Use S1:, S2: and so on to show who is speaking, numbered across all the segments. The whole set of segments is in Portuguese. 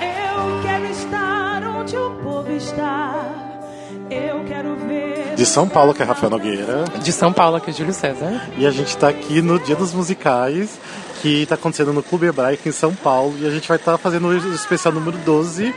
S1: Eu quero estar onde o povo está. Eu quero ver.
S2: De São Paulo, que é Rafael Nogueira.
S3: De São Paulo, que é Júlio César.
S2: E a gente tá aqui no Dia dos Musicais, que tá acontecendo no Clube Hebraico em São Paulo. E a gente vai estar fazendo o especial número 12,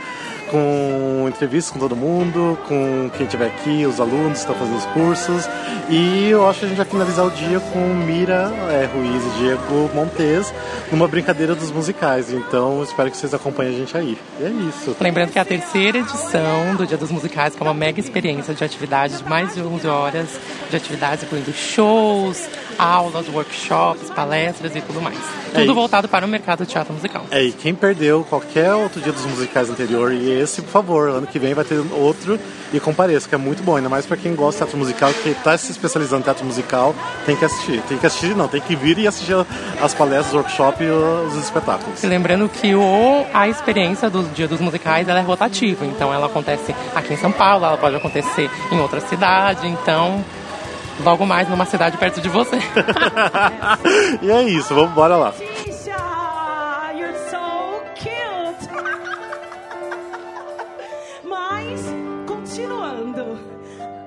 S2: com entrevistas com todo mundo, com quem estiver aqui, os alunos que estão fazendo os cursos. E eu acho que a gente vai finalizar o dia com Mira é, Ruiz e Diego Montes, numa brincadeira dos musicais. Então espero que vocês acompanhem a gente aí. E é isso.
S3: Lembrando que é a terceira edição do Dia dos Musicais, que é uma mega experiência de atividades, de mais de 11 horas de atividades, incluindo shows, aulas, workshops, palestras e tudo mais.
S2: É
S3: Tudo
S2: isso.
S3: voltado para o mercado de teatro musical.
S2: É, e quem perdeu qualquer outro dia dos musicais anterior e esse, por favor, ano que vem vai ter outro e compareça, que é muito bom, ainda mais pra quem gosta de teatro musical, que tá se especializando em teatro musical, tem que assistir. Tem que assistir, não, tem que vir e assistir as palestras, workshop e os espetáculos.
S3: E Lembrando que o, a experiência do Dia dos Musicais ela é rotativa, então ela acontece aqui em São Paulo, ela pode acontecer em outra cidade, então logo mais numa cidade perto de você.
S2: e é isso, vamos bora lá.
S1: Tisha, you're so cute. Mas, continuando,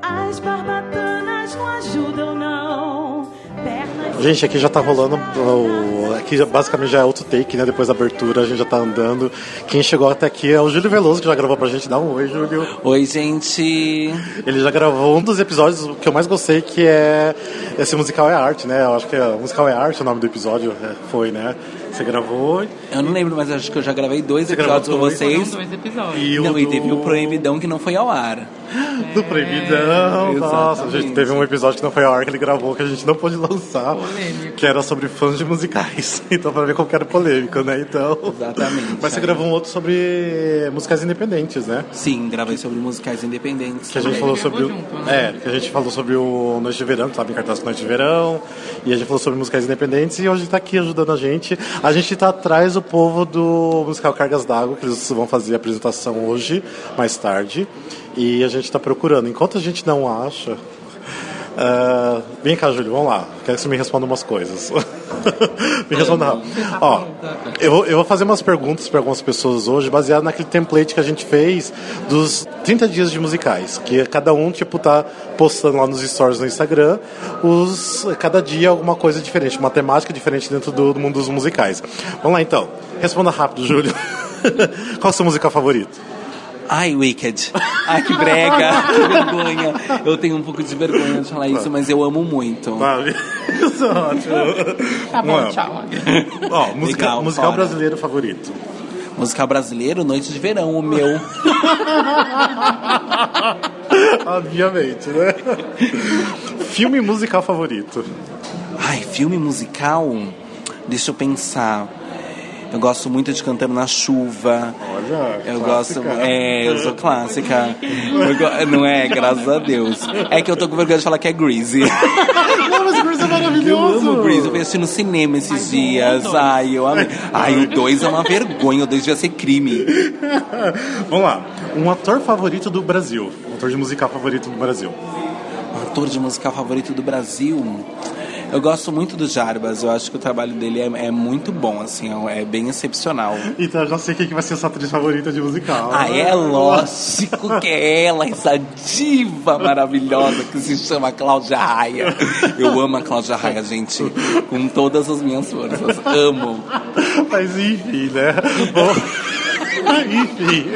S1: as barbatanas não ajudam, não. Pernas.
S2: Gente, aqui já tá rolando. o- Aqui já- basicamente já é outro take, né? Depois da abertura, a gente já tá andando. Quem chegou até aqui é o Júlio Veloso, que já gravou pra gente. Dá um oi, Júlio.
S4: Oi, gente.
S2: Ele já gravou um dos episódios que eu mais gostei, que é esse musical é arte, né? Eu acho que é musical é arte o nome do episódio, é, foi, né? Você gravou
S4: Eu não lembro, mas acho que eu já gravei dois
S2: gravou
S4: episódios com
S2: dois?
S4: vocês.
S3: São dois episódios.
S2: e o
S4: Não,
S2: do...
S4: e teve o Proibidão que não foi ao ar.
S2: do Proibidão.
S4: É,
S2: Nossa,
S4: exatamente.
S2: gente, teve um episódio que não foi a hora que ele gravou, que a gente não pôde lançar,
S3: Polêmico.
S2: que era sobre fãs de musicais. Então, pra ver como que era polêmico, né? Então...
S4: Exatamente. é.
S2: Mas você
S4: Aí.
S2: gravou um outro sobre musicais independentes, né?
S4: Sim, gravei sobre musicais independentes.
S2: Que a gente
S4: também.
S2: falou sobre o,
S3: junto, né?
S2: é, que a gente falou sobre o Noite de Verão, que estava em cartaz com Noite de Verão, e a gente falou sobre musicais independentes e hoje está aqui ajudando a gente. A gente está atrás do povo do musical Cargas d'Água, que eles vão fazer a apresentação hoje, mais tarde, e a gente está procurando. Enquanto a gente não acha, ah, vem cá, Júlio, vamos lá. Quero que você me responda umas coisas. me responda rápido. Ó, eu, vou- eu vou fazer umas perguntas para algumas pessoas hoje, baseado naquele template que a gente fez dos 30 dias de musicais, que cada um, tipo, tá postando lá nos stories no Instagram, os, cada dia alguma coisa diferente, uma temática diferente dentro do, do mundo dos musicais. Vamos lá, então. Responda rápido, Júlio. Qual é o seu musical favorito?
S4: Ai, Wicked. Ai, que brega. que vergonha. Eu tenho um pouco de vergonha de falar isso, mas eu amo muito.
S2: Sabe? Isso é ótimo.
S3: Tá bom,
S2: Mano.
S3: tchau.
S2: Ó, musica-
S4: Legal,
S2: musical
S4: fora.
S2: brasileiro favorito.
S4: Musical brasileiro, Noite de Verão, o meu.
S2: Obviamente, né? Filme musical favorito.
S4: Ai, filme musical? Deixa eu pensar. Eu gosto muito de Cantando na Chuva.
S2: Olha,
S4: Eu
S2: clássica.
S4: gosto. É, eu sou clássica. Eu go- Não é? Graças a Deus. É que eu tô com vergonha de falar que é Greasy.
S2: Não, mas Grease é
S4: Eu
S2: maravilhoso.
S4: amo Grease. Eu fui assistir no cinema esses dias. Ai, eu amei. Ai, o dois é uma vergonha. O dois devia ser crime.
S2: Vamos lá. Um ator favorito do Brasil. Um ator de musical favorito do Brasil.
S4: Um ator de musical favorito do Brasil. Eu gosto muito do Jarbas. Eu acho que o trabalho dele é, é muito bom, assim. é- É bem excepcional.
S2: Então eu já sei quem que vai ser a sua atriz favorita de musical.
S4: Ah, é lógico que é ela, essa diva maravilhosa que se chama Cláudia Raia. Eu amo a Cláudia Raia, gente, com todas as minhas forças. Amo.
S2: Mas enfim, né? Bom, enfim.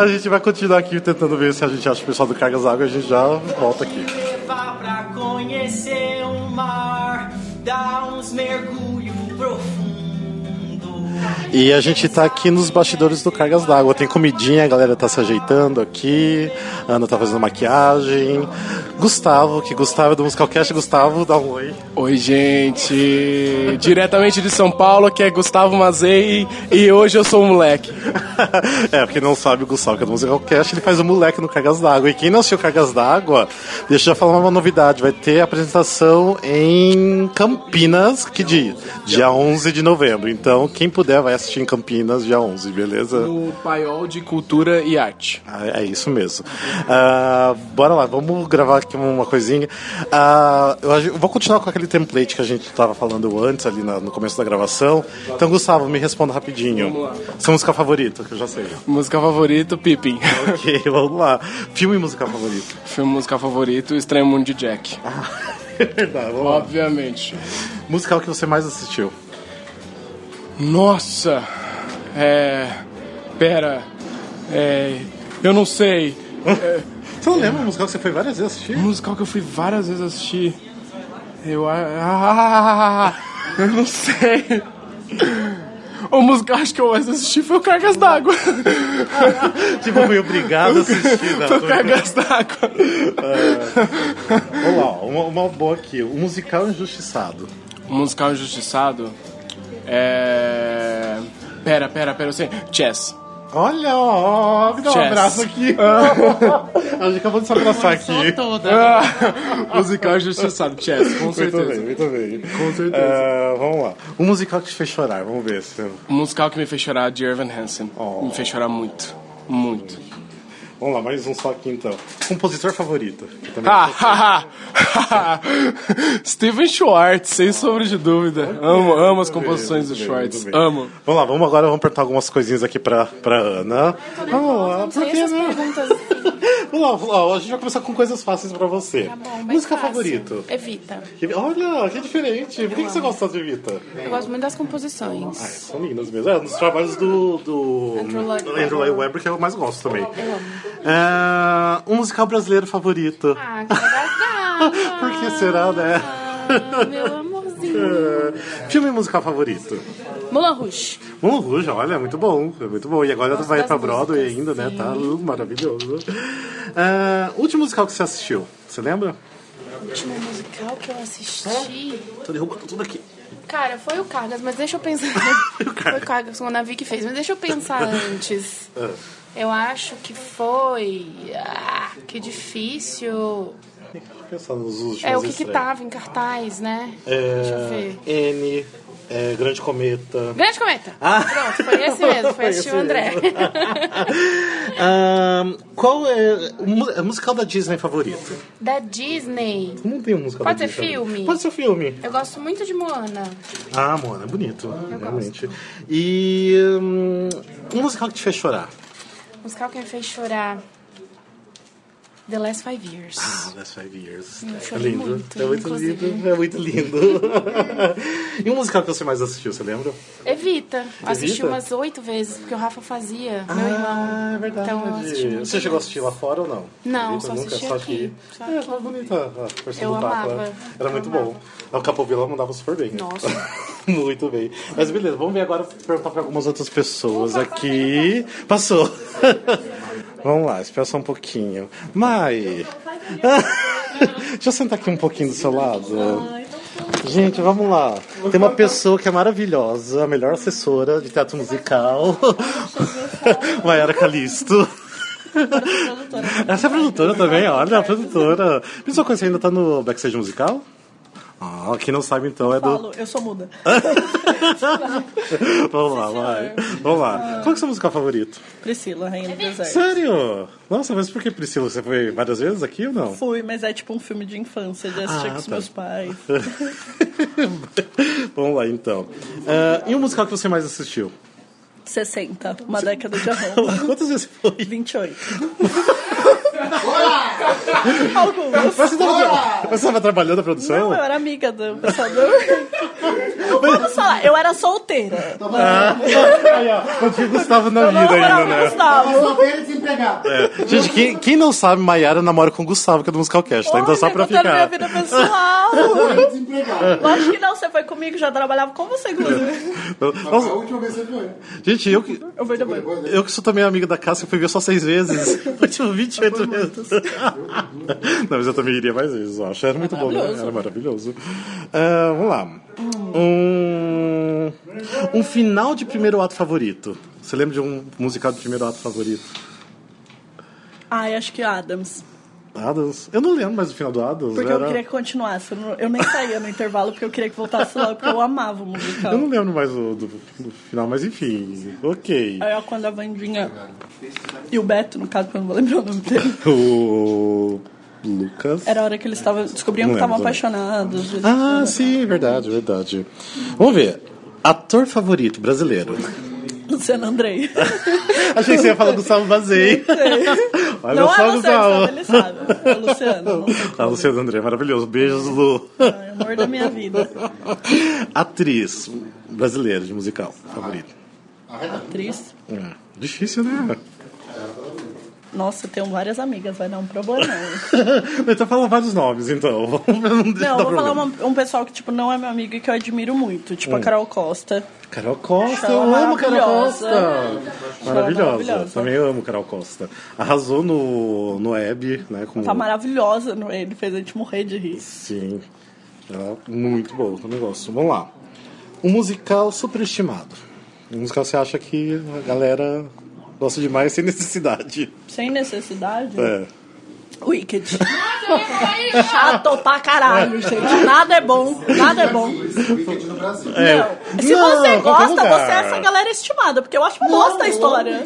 S2: A gente vai continuar aqui tentando ver se a gente acha o pessoal do Cargas Água e a gente já volta aqui.
S5: levar pra conhecer o mar, dar uns mergulhos profundos.
S2: E a gente tá aqui nos bastidores do Cargas d'Água. Tem comidinha, a galera tá se ajeitando aqui. a Ana tá fazendo maquiagem. Gustavo, que Gustavo é do Musicalcast. Gustavo, dá um oi.
S6: Oi, gente! Diretamente de São Paulo, que é Gustavo Mazei e hoje eu sou um moleque.
S2: é, pra quem não sabe, o Gustavo, que é do Musicalcast, ele faz o moleque no Cargas d'Água. E quem não assistiu Cargas d'Água, deixa eu já falar uma novidade. Vai ter apresentação em Campinas, que dia? Dia 11 de novembro. Então, quem puder vai assistir em Campinas, dia 11, beleza?
S6: No paiol de cultura e arte.
S2: Ah, É isso mesmo. Ah, bora lá, vamos gravar aqui aqui uma coisinha. Ah, eu, acho- eu vou continuar com aquele template que a gente estava falando antes, ali na- no começo da gravação. Então, Gustavo, me responda rapidinho. Sua música favorita, que eu já sei.
S6: Música favorito, Pippin.
S2: ok, vamos lá. Filme e música favorita.
S6: Filme música favorito, Estranho Mundo de Jack.
S2: É verdade, vamos lá.
S6: Obviamente.
S2: Musical é que você mais assistiu.
S6: Nossa! É. Pera. É. Eu não sei.
S2: Você não lembra o musical que você foi várias vezes assistir?
S6: Musical que eu fui várias vezes assistir. Eu. a- Ah, eu não sei. O musical acho que eu mais assisti foi o Cargas d'Água.
S2: tipo, fui obrigado a assistir. Não,
S6: Foi
S2: tô
S6: o Cargas d'Água.
S2: Vamos É. lá, uma, uma boa aqui. O musical injustiçado.
S6: O musical injustiçado é. Pera, pera, pera, eu sei. Chess.
S2: Olha, ó, me dá um
S6: Chess.
S2: abraço aqui. a gente acabou de se abraçar aqui.
S6: musical injustiçado, Chess, com
S2: Muito
S6: certeza.
S2: bem, muito bem.
S6: Com certeza.
S2: É, vamos lá. Um musical que te fez chorar, vamos ver. se-
S6: O musical que me fez chorar, de Irvin Hansen.
S2: Oh.
S6: Me fez chorar muito. Muito.
S2: Vamos lá, mais um só aqui então. Compositor favorito. que também-
S6: Ah, Ha, ha, ha. Steven Schwartz, sem sombra de dúvida. Amo, amo as composições do
S2: Muito bem, muito
S6: Schwartz.
S2: bem.
S6: Amo.
S2: Vamos lá, vamos agora, vamos perguntar algumas coisinhas aqui pra, pra Ana. Vamos lá,
S7: Não
S2: por
S7: sei
S2: que
S7: essas
S2: não?
S7: perguntas.
S2: Vamos lá, vamos lá, a gente vai começar com coisas fáceis pra você.
S7: Tá bom, bem
S2: Música
S7: fácil.
S2: favorito.
S7: Evita.
S2: Olha, que diferente. Por que, que você gosta de Vita?
S7: Eu gosto muito das composições.
S2: São lindas mesmo. É, um dos trabalhos do, do
S7: Andrew Lloyd Webber.
S2: Andrew Lloyd Webber que eu mais gosto também. É, um musical brasileiro favorito.
S7: Ah, que legal.
S2: Por que será, né?
S7: Ah, Meu amorzinho.
S2: É, filme musical favorito.
S7: Mulan Rouge.
S2: Mulan Rouge, olha, é muito bom, é muito bom. E agora
S7: Gosto
S2: vai
S7: das
S2: pra Broadway
S7: músicas,
S2: ainda, né?
S7: sim.
S2: Tá uh, maravilhoso. É, último musical que você assistiu, você lembra?
S7: Último musical que eu assisti.
S2: Tô derrubando tudo aqui.
S7: Cara, foi o Cargas, mas deixa eu pensar. foi o Cargas, o Navi que fez, mas deixa eu
S8: Tá,
S7: pensar antes.
S2: É.
S7: Eu acho que foi. Ah, que difícil.
S2: Pensando nos últimos
S7: É o que, que
S2: estreias.
S7: tava em cartaz, né? Deixa eu ver.
S2: É, N, é, Grande Cometa. É
S7: Grande Cometa! Pronto, foi esse mesmo, Ah. foi esse
S2: Esse
S7: o André.
S2: Ahn, qual é o mu- é o musical da Disney favorito?
S7: da Disney.
S2: Não tem um musical
S7: Pode
S2: da
S7: ser
S2: Disney.
S7: filme?
S2: Pode ser filme.
S7: Eu gosto muito de Moana.
S2: Ah, mano, é bonito, realmente. E hum, um musical que te fez chorar?
S7: musical que me fez chorar. The Last Five Years.
S2: Ah, Last Five Years.
S7: Eu
S2: é
S7: Hum, chorei
S2: lindo.
S7: muito,
S2: é muito
S7: inclusive.
S2: lindo. É muito lindo. e um musical que você mais assistiu, você lembra?
S7: Evita. Eu Assisti
S2: Evita?
S7: umas oito vezes, porque o Rafa fazia, meu irmão.
S2: ah, é verdade.
S7: Então eu assisti muito
S2: você chegou a
S7: mais.
S2: assistir lá fora ou não?
S7: Não,
S2: Acredita?
S7: só tá
S2: Nunca,
S7: assisti
S2: só
S7: aqui. Só
S2: É,
S7: aqui.
S2: tava bonita a versão
S7: Eu
S2: do Papa.
S7: amava.
S2: Era
S7: Eu
S2: muito
S7: amava.
S2: bom. O Capovilla mandava super bem. né?
S7: Nossa.
S2: muito bem. Mas beleza, vamos ver agora, perguntar pra algumas outras pessoas aqui. Passou. vamos lá, espera só um pouquinho. Mai... Deixa eu sentar aqui um pouquinho do seu lado. Gente, vamos lá. Tem uma pessoa que é maravilhosa, a melhor assessora de teatro musical. Maiara Calisto. Essa é produtora também, olha, a produtora. Pensou que você ainda tá no backstage musical? Ah, quem não sabe então é do.
S8: Falo, eu sou muda.
S2: Vamos lá, vai. Vamos lá. Qual que é o seu musical favorito?
S8: Priscila, Rainha do Deserto.
S2: Sério? Nossa, mas por que, Priscila? Você foi várias vezes aqui ou não?
S8: Fui, mas é tipo um filme de infância, de assistir
S2: então? Ah,
S8: com os
S2: tá.
S8: meus pais.
S2: Vamos lá, então. Ah, e o musical que você mais assistiu?
S8: 60, uma década de arroz.
S2: Quantas vezes foi?
S8: 28. Algumas.
S2: Mas você tá tava, mas você tava trabalhando a produção?
S8: Não, eu era amiga do pessoal do- Vamos falar, eu era
S2: Ah.
S8: solteira.
S2: Aí, ó, eu tinha Gustavo na
S8: Eu não
S2: vida ainda,
S8: namorava com o
S2: né?
S8: Gustavo.
S2: É. Gente, quem, quem não sabe, Maiara namora com o Gustavo, que é do Musicalcast, tá? Então só
S8: Olha,
S2: pra
S8: contando minha
S2: ficar.
S8: vida pessoal. Lógico que não, você foi comigo, já trabalhava com você, inclusive.
S2: Nossa,
S9: última vez você foi.
S2: Então, gente, eu que,
S8: Eu fui depois.
S2: eu que sou também amiga da Cássia, fui ver só seis vezes. tipo, Eu tive 28 vezes. não, mas eu também iria mais vezes, eu acho. Era muito bom, né? Era maravilhoso. Ah, vamos lá. Um, um final de primeiro ato favorito. Você lembra de um musical de primeiro ato favorito?
S8: Ai, acho que Adams.
S2: Adams? Eu não lembro mais do final do Adams.
S8: Porque
S2: era...
S8: eu queria que continuasse. Eu não- Eu nem saía no intervalo porque eu queria que voltasse logo, porque eu amava o musical.
S2: Eu não lembro mais do, do- do final, mas enfim, ok.
S8: Aí ó, quando a Vandinha e o Beto, no caso, que eu não vou lembrar o nome dele.
S2: O Lucas.
S8: Era a hora que eles estavam descobriam que
S2: Não
S8: estavam
S2: lembro.
S8: apaixonados.
S2: Ah, sim, verdade, verdade. Vamos ver. Ator favorito brasileiro.
S8: Luciano Andrei.
S2: Achei que você ia falar do Salvo Bazei. Olha
S8: não
S2: só,
S8: é você que sabe,
S2: Gustavo.
S8: ele sabe. É o Luciano. Não tem
S2: A Luciana André, maravilhoso. Beijos, Lu.
S8: como, é o amor da minha vida.
S2: Atriz brasileira de musical favorito.
S9: Ah,
S8: Atriz.
S2: É, Difícil, né?
S8: Nossa, eu tenho várias amigas, vai dar um problema.
S2: Então fala vários nomes, então. Não,
S8: Não,
S2: deixa
S8: eu
S2: dar
S8: vou falar
S2: problema. É.
S8: uma- um pessoal que, tipo, não é meu amigo e que eu admiro muito. Tipo, a Carol Costa.
S2: Carol Costa,
S8: Ela
S2: eu amo Carol
S8: maravilhosa.
S2: Costa. Maravilhosa.
S8: maravilhosa.
S2: Também amo Carol Costa. Arrasou no, no Web, né? Como...
S8: Tá maravilhosa, não é? Ele fez a gente morrer de rir.
S2: Sim. Ela é muito boa no negócio. Vamos lá. Um musical superestimado. Um musical que você acha que a galera gosta demais sem necessidade.
S8: Sem necessidade.
S2: É.
S8: Wicked. Chato pra caralho, gente. Nada é bom. Nada é bom.
S2: É.
S8: Não. Se
S2: Não,
S8: você
S2: qualquer
S8: gosta,
S2: lugar.
S8: você é essa galera estimada, porque eu acho uma bosta a história.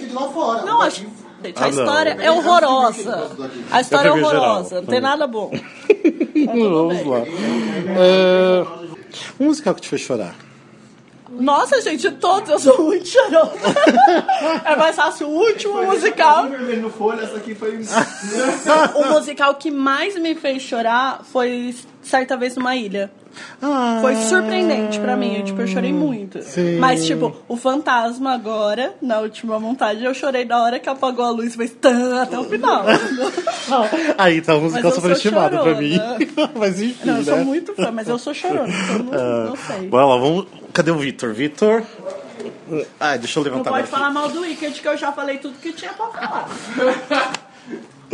S8: Não, acho. Gente,
S2: Ah, não.
S8: a história é horrorosa. A história é
S2: Eu peguei geral.
S8: horrorosa. Não tem nada bom.
S2: Vamos lá. É, Um musical que te fez chorar.
S8: Nossa, gente, todos eu sou muito chorosa. É mais fácil o último musical.
S9: Vermelho folha, essa aqui foi.
S8: O
S2: um-
S8: musical que mais me fez chorar foi certa vez numa ilha.
S2: Ah,
S8: Foi surpreendente pra mim, eu, tipo, eu chorei muito.
S2: Sim.
S8: Mas, tipo, o fantasma agora, na última montagem, eu chorei da hora que apagou a luz e fez tan até o final.
S2: Aí tá um musical
S8: eu sou
S2: superestimado pra mim.
S8: chorona.
S2: Mas enfim,
S8: não, eu sou
S2: né?
S8: muito fã, mas eu sou chorona, então não, não sei.
S2: Ah, Bora lá, vamos. Cadê o Vitor? Vitor. Ai, deixa eu
S8: Não
S2: levantar
S8: pode
S2: aqui.
S8: falar mal do Wicked, que eu já falei tudo que tinha pra falar.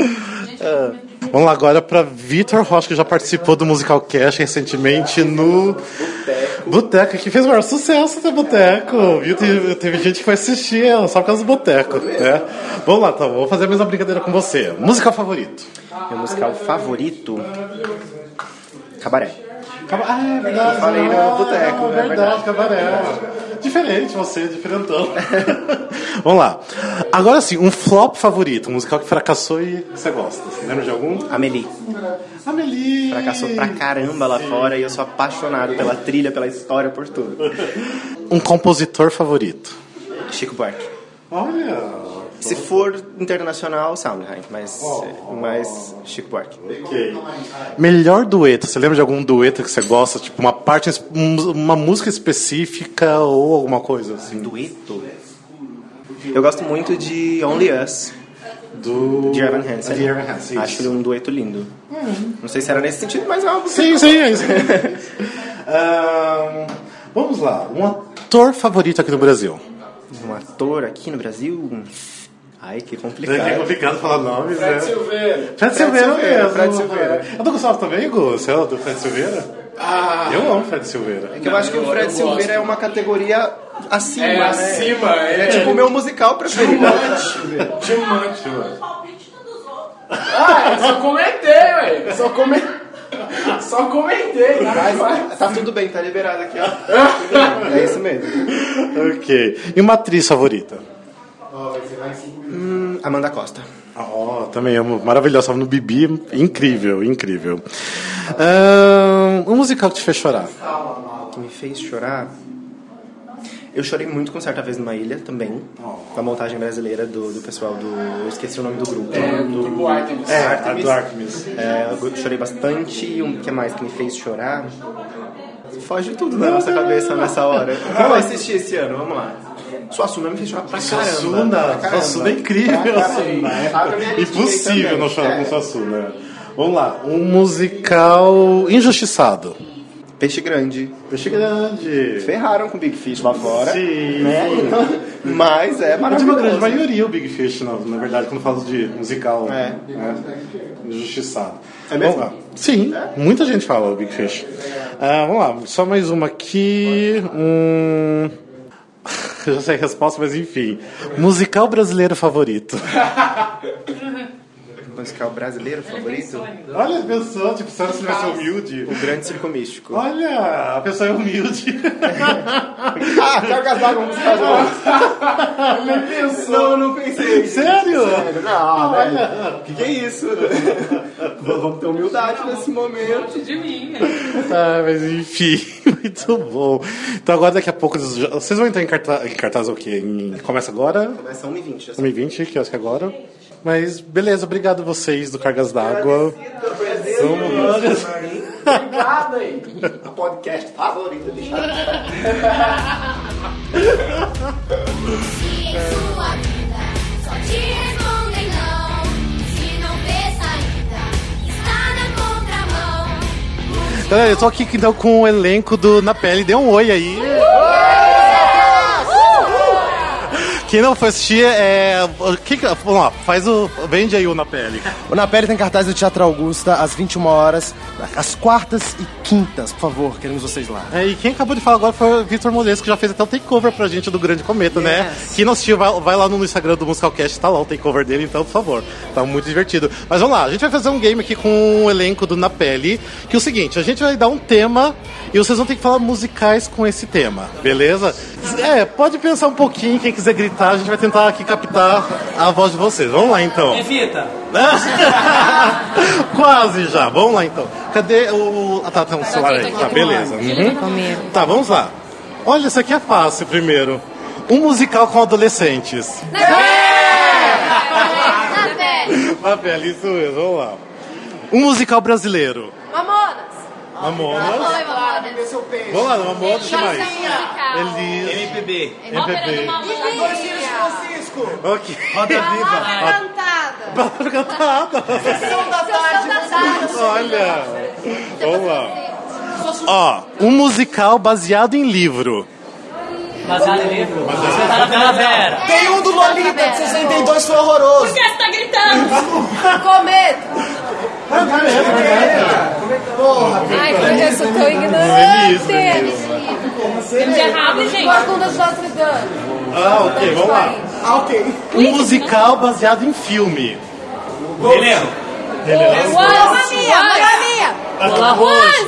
S2: Ah, Vamos lá agora para Vitor Rocha, que já participou do Musical Cash recentemente no Boteco, que fez o maior sucesso do Boteco. Viu? Teve, teve gente que foi assistir ela só por causa do Boteco. Né? Vamos lá, então, vou fazer a mesma brincadeira com você. Musical favorito.
S9: Meu musical favorito. Cabaré.
S2: Caba- Ah, é verdade.
S9: falei no
S2: Ah,
S9: boteco, né?
S2: verdade, cabaré. Diferente você, diferentão. Vamos lá. Agora sim, um flop favorito, um musical que fracassou e que você gosta. Você lembra de algum?
S9: Amelie.
S2: Amelie!
S9: Fracassou pra caramba lá fora e eu sou apaixonado pela trilha, pela história, por tudo.
S2: Um compositor favorito.
S9: Chico Buarque.
S2: Olha!
S9: Se for internacional, Sondheim, mas, mas Chico Buarque.
S2: Melhor dueto. Você lembra de algum dueto que você gosta? Tipo, uma parte, um- uma música específica ou alguma coisa assim?
S9: Dueto? Eu gosto muito de Only Us,
S2: Do.
S9: de Evan Hansen.
S2: De Evan Hansen,
S9: Acho
S2: isso.
S9: ele um dueto lindo. Não sei se era nesse sentido, mas é uma música
S2: Sim, sim, é isso. Ahn, vamos lá. Um ator favorito aqui no Brasil.
S9: Um ator aqui no Brasil? Ai, que
S2: É
S9: complicado.
S2: complicado falar nomes, né?
S6: Silveira.
S2: Fred Silveira
S9: Silveira,
S2: mesmo.
S9: Fred Silveira.
S2: Eu não gostava também, Gu? Você é do Fred Silveira? Ah. Eu amo Fred Silveira.
S9: Porque eu acho É que o Fred Silveira é uma categoria acima,
S6: É
S9: né?
S6: acima, é,
S9: É Um tipo o meu musical preferido.
S6: diamante, mano. Ah, eu só comentei, ué. Só comentei. Só comentei. nada demais.
S9: Mas tá tudo bem, tá liberado aqui, ó. É isso mesmo.
S2: ok. E uma atriz favorita?
S9: Hum, Amanda Costa.
S2: Ó, também amo. Maravilhosa. Tava no Bibi. Incrível, incrível. Ahn, um musical que te fez chorar.
S9: que me fez chorar. Eu chorei muito com certa vez numa ilha também. Com a montagem brasileira do, do pessoal do. Eu esqueci o nome do grupo. É, do grupo Artemis. É, Artemis. É, eu chorei bastante. O que é mais que me fez chorar? Foge tudo da nossa cabeça nessa hora. Qual eu assisti esse ano? Vamos lá. Suassuna me fez chorar pra caramba. pra
S2: Suassuna,
S9: caramba.
S2: Suassuna é incrível. Suassuna. é
S9: Abre a minha listinha aí
S2: Impossível
S9: também.
S2: não chorar
S9: É.
S2: com Suassuna. Vamos lá, um musical injustiçado.
S9: Peixe grande.
S2: Peixe Grande.
S9: Ferraram com Big Fish lá fora.
S2: Sim.
S9: Né? Mas é
S2: Mas de uma grande
S9: maravilhoso.
S2: maioria é o Big Fish, na, na verdade, quando falo de musical.
S9: É.
S2: né? Injustiçado.
S9: É mesmo?
S2: Vamos lá. Sim, muita gente fala o Big Fish. Ah, vamos lá, só mais uma aqui. Hum... Eu já sei a resposta, mas enfim. Musical brasileiro favorito.
S9: Musical brasileiro
S3: é
S9: favorito?
S2: Olha a pessoa, tipo, se ela se humilde.
S9: O Grande Circo Místico.
S2: Olha, a pessoa é humilde.
S9: ah, cargas d'água, musical de
S6: Nem pensou.
S9: Não, eu não pensei.
S2: Sério?
S6: Ah,
S9: Sério? Não, ah, velho. O que, que é isso? V- Vamos ter humildade nesse momento.
S3: De mim,
S2: Ah, mas enfim, muito bom. Então agora daqui a pouco. eles já- Vocês vão entrar em cartaz, em cartaz o quê? Em- começa agora?
S9: Começa 1h20. já sei.
S2: 1h20, que eu acho que é agora. Mas beleza, obrigado vocês do Cargas d'Água. Vamos.
S9: Obrigado aí. A podcast favorita de Chaves.
S10: em sua vida só te respondem não. Se não vê saída, está na contramão.
S2: Então, eu tô aqui então com o elenco do Na Pele, dê um oi aí. Quem não foi assistir, é. o que que- vamos lá, faz o. Vende aí o Na Pele.
S9: O Na Pele tem cartaz do Teatro Augusta às 21 horas, às quartas e quintas, por favor, queremos vocês lá.
S2: É, e quem acabou de falar agora foi o Vitor Molesso, que já fez até o takeover pra gente do Grande Cometa, né? Quem não assistiu, vai, vai lá no Instagram do Musicalcast, tá lá o takeover dele, então, por favor. Tá muito divertido. Mas vamos lá, a gente vai fazer um game aqui com o elenco do Na Pele, que é o seguinte, a gente vai dar um tema e vocês vão ter que falar musicais com esse tema, beleza? É, pode pensar um pouquinho, quem quiser gritar, a gente vai tentar aqui captar a voz de vocês. Vamos lá, então.
S11: É,
S5: Evita.
S2: Quase já, vamos lá, então. Cadê o... Ah, tá, tem um celular aí. Tá, beleza. Uhum. Tá, vamos lá. Olha, isso aqui é fácil primeiro. Um musical com adolescentes.
S10: Na pele.
S2: Papel, isso mesmo, vamos lá. Um musical brasileiro.
S10: Mamonas. Oi,
S2: Mamonas.
S10: Mamonas.
S2: Vamos lá, Mamonas, que mais?
S10: Musical.
S2: Elis.
S5: MPB.
S2: é
S10: Ópera do
S2: MPB.
S10: Mamonas.
S2: Ok.
S5: Roda viva.
S8: Encantada.
S2: Palavra cantada. Olha. Vamos lá. Ó, um musical baseado em livro.
S5: Baseado em livro. Baseado pela Vera.
S9: Tem um do Lolita de 62 foi horroroso.
S10: Você está gritando.
S8: Cometa.
S10: Ai, que eu sou tão
S2: Feliz, né, feliz.
S10: De errado, gente.
S8: Corcunda de Notre Dame.
S2: Ah, ok, vamos lá.
S9: Ah, ok.
S2: Um musical baseado em filme.
S5: Beleza.
S10: Once, once,
S8: minha.
S10: once.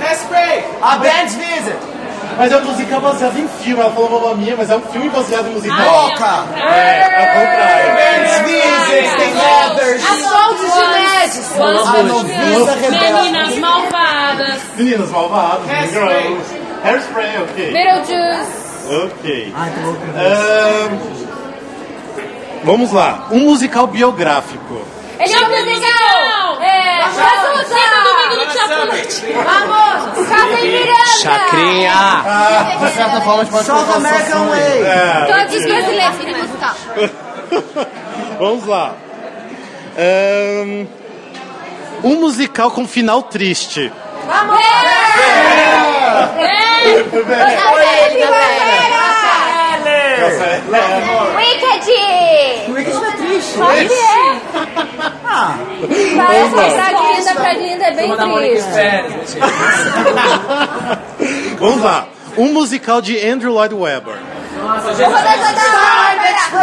S9: Respray. A band's visit.
S2: Mas é um musical baseado em filme. Ela falou Mamma Mia, mas é um filme baseado em musical.
S9: Toca.
S2: É, ao contrário.
S9: Band's visit. Tem leathers.
S8: Soltos de Médicos.
S9: A noviça rebelde.
S10: Meninas malvadas.
S2: Meninas Malvadas, Girls. Hairspray, ok.
S10: Beetlejuice.
S2: Ok. Ahn, Vamos lá. Um musical biográfico.
S10: Ele é um musical. É. Jesus. Senta domingo no teatro. Vamos. Casa em Miranda. Tá.
S4: Chacrinha!
S9: De certa forma, a gente pode colocar American
S10: É.
S9: Way.
S10: Todos os brasileiros que musical.
S2: Vamos lá. Ahn, Um musical com final triste.
S10: Vamos. É. Wicked!
S9: Wicked tá triste.
S10: Só que é. Parece que essa querida pra linda é bem triste.
S2: Vamos lá. Um musical de Andrew Lloyd Webber.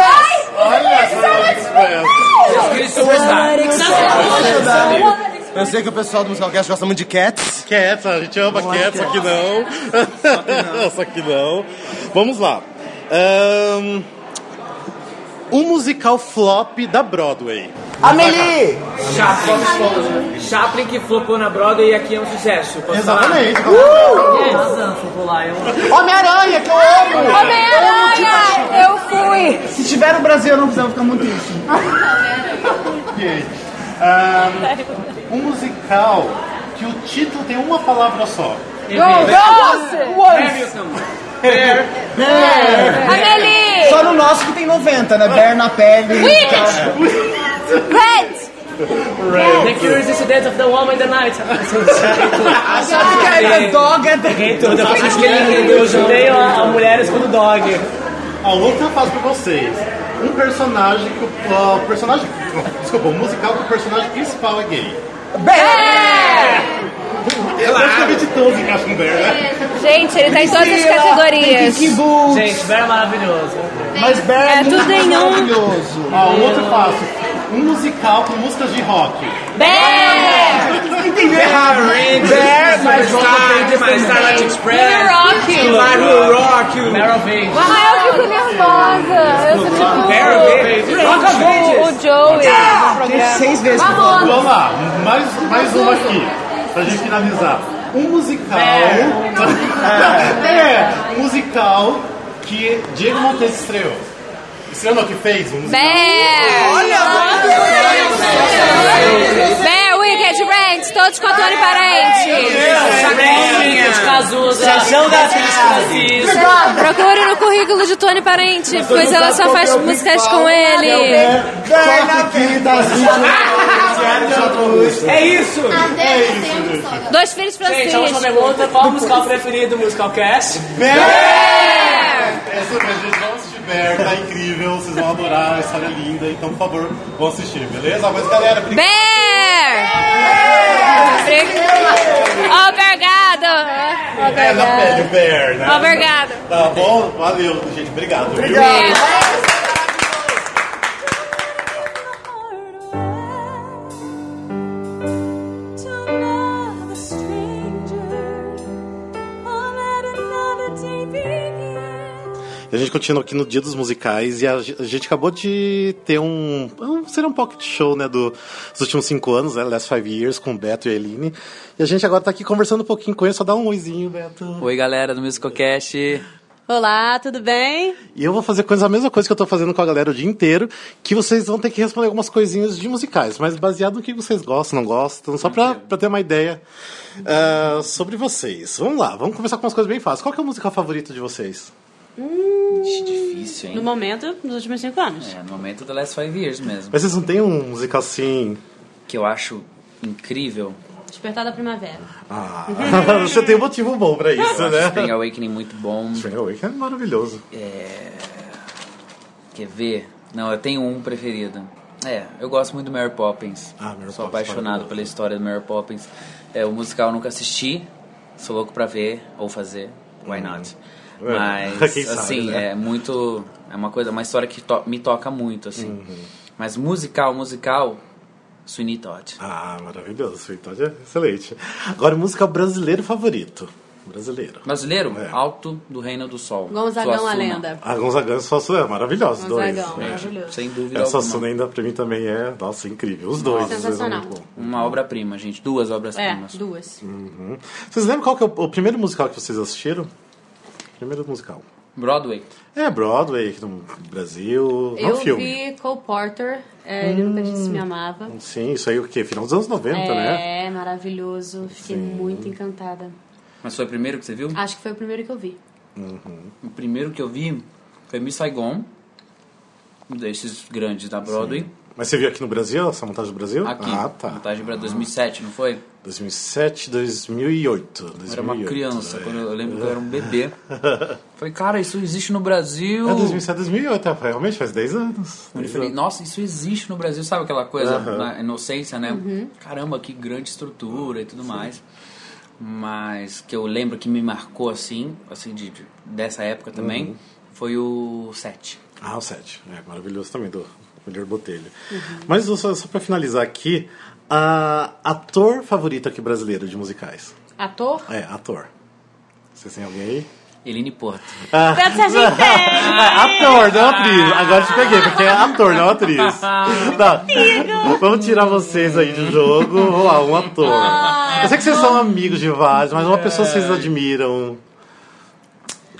S9: Eu sei que o pessoal do Musicalcast gosta muito de Cats.
S2: Cats, a gente ama Cats, só que não. Só que não. Vamos lá. Ahn, Um musical flop da Broadway.
S9: Amelie.
S5: Chaplin. Chaplin que flopou na Broadway e aqui é um sucesso. Posso falar? Razão, popular. Eu...
S9: Homem-Aranha, que eu amo.
S10: Homem-Aranha! Eu fui!
S9: Se tiver no Brasil, eu não precisava ficar muito triste.
S2: Ok. Ahn, um musical que o título tem uma palavra só. É.
S10: Amelie!
S9: É. Só no nosso que tem 90, né? Bear na pele.
S10: Wicked! Red!
S5: The Curious Incident of the Woman in the Night.
S9: Sabe que é dog é
S5: Ninguém tudo. Acho que ele entendeu. Juntei a, a mulheres com o dog.
S2: A outra eu faço pra vocês. Um personagem que o. ah, o personagem. Desculpa, um musical que o personagem principal é gay.
S10: É.
S2: Eu Praticamente todos encaixam com Bear, né?
S10: Gente, ele tá em todas as categorias.
S9: Bull.
S5: Gente, Vera é maravilhoso.
S9: Mas Bear
S10: É tudo em um.
S9: maravilhoso.
S2: Ah, um outro passo. um musical com músicas de rock.
S5: Entendeu errado.
S10: né?
S5: Bear, mas Star, mas Starlight Express. Claro, Rock You.
S12: Ah, eu fico nervosa. Eu sou tipo.
S5: Parabéns. Rock
S12: o-
S5: Avengers.
S12: O Joey. do
S10: Ah,
S12: programa.
S9: Ah! Seis vezes por favor.
S12: Vamos.
S2: Vamos lá, mais, mais uma aqui, pra gente finalizar. Um musical. É, musical que Diego Montes estreou. Estreou não, que fez um musical.
S12: Bear. Bear, Wicked Ranks, todos com Antônio Parente.
S5: Cazuza. Francisco.
S12: Procure no currículo de Tony Parente, pois ela só
S2: é
S12: faz músicas com ele.
S2: né?
S5: É isso.
S12: Dois filhos
S5: Gente, a última
S12: franceses.
S5: pergunta. Qual o musical preferido do Musical Cast?
S2: Essa vez vocês vão assistir Bear, tá incrível, vocês vão adorar, a história é linda, então por favor, vão assistir, beleza? Mas galera, obrigado.
S12: Bear! Obrigado!
S2: É na pele, o
S12: Obrigado!
S2: Bear, né?
S12: Obrigado!
S2: Tá bom? Valeu, gente, obrigado. viu? A gente continua aqui no Dia dos Musicais e a ge- a gente acabou de ter um. um seria um pocket show, né? do- dos últimos cinco anos, né? Last Five Years, com o Beto e a Eline. E a gente agora tá aqui conversando um pouquinho com ele, só dá um oizinho, Beto.
S13: Oi, galera do MusicalCast.
S14: Olá, tudo bem?
S2: E eu vou fazer coisa, a mesma coisa que eu tô fazendo com a galera o dia inteiro, que vocês vão ter que responder algumas coisinhas de musicais, mas baseado no que vocês gostam, não gostam, só pra, pra ter uma ideia ah, sobre vocês. Vamos lá, vamos começar com umas coisas bem fáceis. Qual que é o musical favorito de vocês? Hum.
S13: Difícil, hein?
S14: No momento, nos últimos cinco anos.
S13: É, no momento The Last Five Years mesmo.
S2: Mas vocês não têm um musical assim.
S13: Que eu acho incrível.
S14: Despertar da primavera.
S2: Ah, você tem um motivo bom pra isso,
S13: eu acho Spring
S2: né?
S13: Awakening muito bom.
S2: Spring Awakening é maravilhoso.
S13: É... Quer ver? Não, eu tenho um preferido. É, eu gosto muito do Mary Poppins.
S2: Ah, Mary
S13: Sou
S2: Poppins,
S13: apaixonado pela história do Mary Poppins. É, o musical eu nunca assisti. Sou louco pra ver ou fazer. Why not?
S2: É,
S13: Mas,
S2: quem sabe,
S13: assim,
S2: né?
S13: é muito... É uma coisa, uma história que to- me toca muito, assim.
S2: Uhum.
S13: Mas musical, musical... Sweeney Todd.
S2: Ah, maravilhoso. Sweeney Todd é excelente. Agora, musical brasileiro favorito. Brasileiro. É.
S13: Brasileiro? Ah, Alto do Reino do Sol.
S14: Gonzagão,
S13: Suassuna.
S14: a lenda.
S2: A Gonzagão e o Suassuna é maravilhosos, os dois.
S14: Gonzagão, maravilhoso.
S13: Sem dúvida
S2: É, o
S13: alguma.
S2: Suassuna ainda pra mim também é, nossa, incrível. Os dois. os dois são
S14: Sensacional.
S2: muito bons.
S13: Uma obra-prima, gente. Duas
S14: É,
S13: obras-primas.
S14: duas.
S2: Uhum. Vocês lembram qual que é o, o primeiro musical que vocês assistiram? Primeiro musical.
S13: Broadway.
S2: É, Broadway, aqui no Brasil.
S14: Eu
S2: não É um filme.
S14: vi Cole Porter, é, ele nunca disse
S13: Hum.
S14: me amava.
S2: Sim, isso aí o quê? Final dos anos 90, né?
S14: É, maravilhoso. Fiquei muito encantada.
S13: Mas foi o primeiro que você viu?
S14: Acho que foi o primeiro que eu vi.
S2: Uhum.
S13: O primeiro que eu vi foi Miss Saigon. Um desses grandes da Broadway.
S2: Mas você viu aqui no Brasil, essa montagem do Brasil?
S13: Aqui.
S2: Ah, tá.
S13: Montagem pra 2007, não foi?
S2: 2007, 2008.
S13: Eu era uma
S2: 2008,
S13: criança.
S2: é.
S13: Quando eu eu lembro que eu era um bebê. Falei, cara, isso existe no Brasil.
S2: É 2007, 2008, é, realmente faz 10 anos.
S13: Eu
S2: 10
S13: falei,
S2: anos.
S13: nossa, isso existe no Brasil, sabe aquela coisa
S2: Aham.
S13: na inocência, né? Caramba, que grande estrutura e tudo mais. Mas que eu lembro que me marcou assim, assim, de, de- dessa época também,
S2: Uhum.
S13: foi o 7.
S2: Ah, o 7. É maravilhoso também, do melhor botelho. Mas só, só pra finalizar aqui, a ator favorito aqui brasileiro de musicais.
S14: Ator?
S2: É, ator. Vocês têm alguém aí?
S13: Eline Porto.
S2: Ah.
S14: Beto Sargento!
S2: Ah, ator, não atriz. Agora eu te peguei, porque é ator, não atriz. Tá. Vamos tirar vocês aí do jogo. Vamos lá, um ator.
S14: Ah.
S2: eu sei que vocês são amigos de vários, mas uma pessoa que
S13: É.
S2: vocês admiram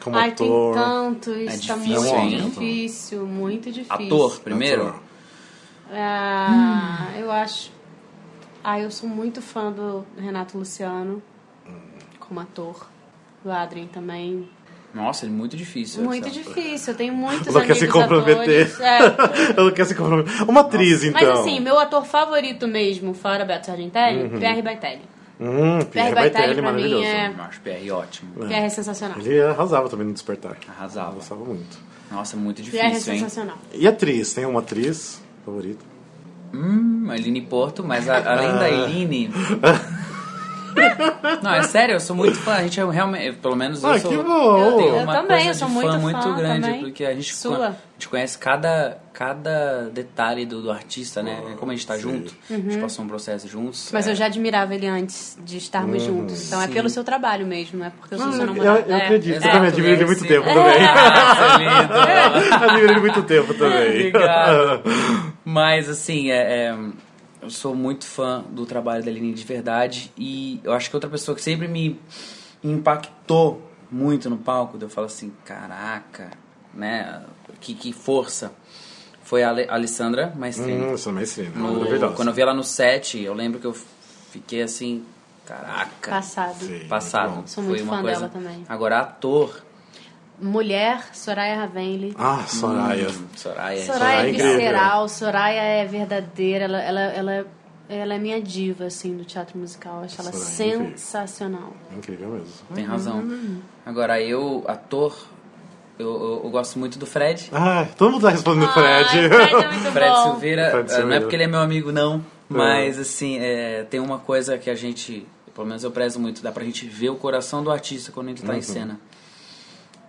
S2: como
S14: Ai, tem
S2: é um ator.
S14: tanto, isso
S13: É
S14: tá
S13: difícil,
S14: muito
S13: hein?
S14: difícil, muito difícil.
S13: Ator, primeiro?
S2: Ator.
S14: Ah, Eu acho. Ah, eu sou muito fã do Renato Luciano
S2: Hum.
S14: como ator. Do Adrien também.
S13: Nossa, ele é muito difícil.
S14: muito
S13: essa.
S14: difícil. Eu tenho muitos
S2: Ela não quer
S14: amigos
S2: se comprometer.
S14: atores. É.
S2: Ela não quer se comprometer. Uma atriz, então.
S14: Mas assim, meu ator favorito mesmo, fora Beto Sargentelli,
S2: Uhum.
S14: Pierre Baitelli.
S2: Hum, Pierre
S14: Pierre
S2: Baitelli,
S14: Baitelli, pra mim,
S2: maravilhoso.
S14: é-
S13: Eu acho PR ótimo.
S14: Pierre é sensacional.
S2: Ele arrasava também no despertar.
S13: Arrasava.
S2: Arrasava muito.
S13: Nossa, muito
S14: Pierre é
S13: difícil, hein?
S14: sensacional.
S2: E atriz? Tem uma atriz favorita? Ah.
S13: Hum, a Eline Porto, mas a- além da Eline, Não, é sério, eu sou muito fã. A gente é realmente, pelo menos eu
S2: Ah,
S13: sou.
S2: que bom.
S13: tenho
S2: Eu
S13: uma
S14: também,
S13: coisa
S14: eu sou
S13: de
S14: muito
S13: fã
S14: fã
S13: muito grande,
S14: também.
S13: porque a gente,
S14: Sua.
S13: con- a gente conhece cada, cada detalhe do, do artista, né? Como a gente tá junto, a gente
S14: Uhum.
S13: passou um processo juntos.
S14: Mas
S13: é.
S14: eu já admirava ele antes de estarmos
S13: Uhum.
S14: juntos. Então é
S13: Sim.
S14: pelo seu trabalho mesmo, não é porque eu sou
S2: Ah,
S14: seu
S2: eu-
S14: namorado.
S2: eu
S14: É.
S2: acredito, eu
S14: É.
S2: também admiro ele muito tempo
S14: É.
S2: também.
S13: Ah, lindo.
S2: Admiro ele muito tempo também.
S13: Obrigado. Mas assim, é, é, eu sou muito fã do trabalho da Aline de verdade. E eu acho que outra pessoa que sempre me impactou muito no palco, daí eu falo assim, caraca, né? Que, que força. Foi a Ale- Alessandra Maestrini.
S2: Hum, Alessandra Maestrini,
S13: No-
S2: maravilhosa.
S13: Quando eu vi ela no set, eu lembro que eu fiquei assim, caraca.
S14: Passado.
S13: Passado.
S14: Sou muito
S13: Foi uma
S14: fã
S13: coisa.
S14: dela também.
S13: Agora, ator.
S14: Mulher, Soraya Ravenli.
S2: Ah, Soraya.
S13: Hum, Soraya.
S14: Soraya é
S2: incrível.
S14: visceral, Soraya é verdadeira, ela, ela, ela, ela é minha diva, assim, do teatro musical. Eu acho ela
S13: Soraya é incrível.
S14: sensacional.
S2: Incrível mesmo.
S13: Tem razão.
S14: Uhum.
S13: Agora, eu, ator, eu, eu, eu gosto muito do Fred.
S2: Ah, todo mundo tá respondendo o Fred. é
S13: Fred é Silveira, eh,
S2: Fred
S13: não é
S2: Silveira.
S13: porque ele é meu amigo, não. Mas, assim, eh, tem uma coisa que a gente, pelo menos eu prezo muito, dá pra gente ver o coração do artista quando ele tá em
S11: Uhum.
S13: cena.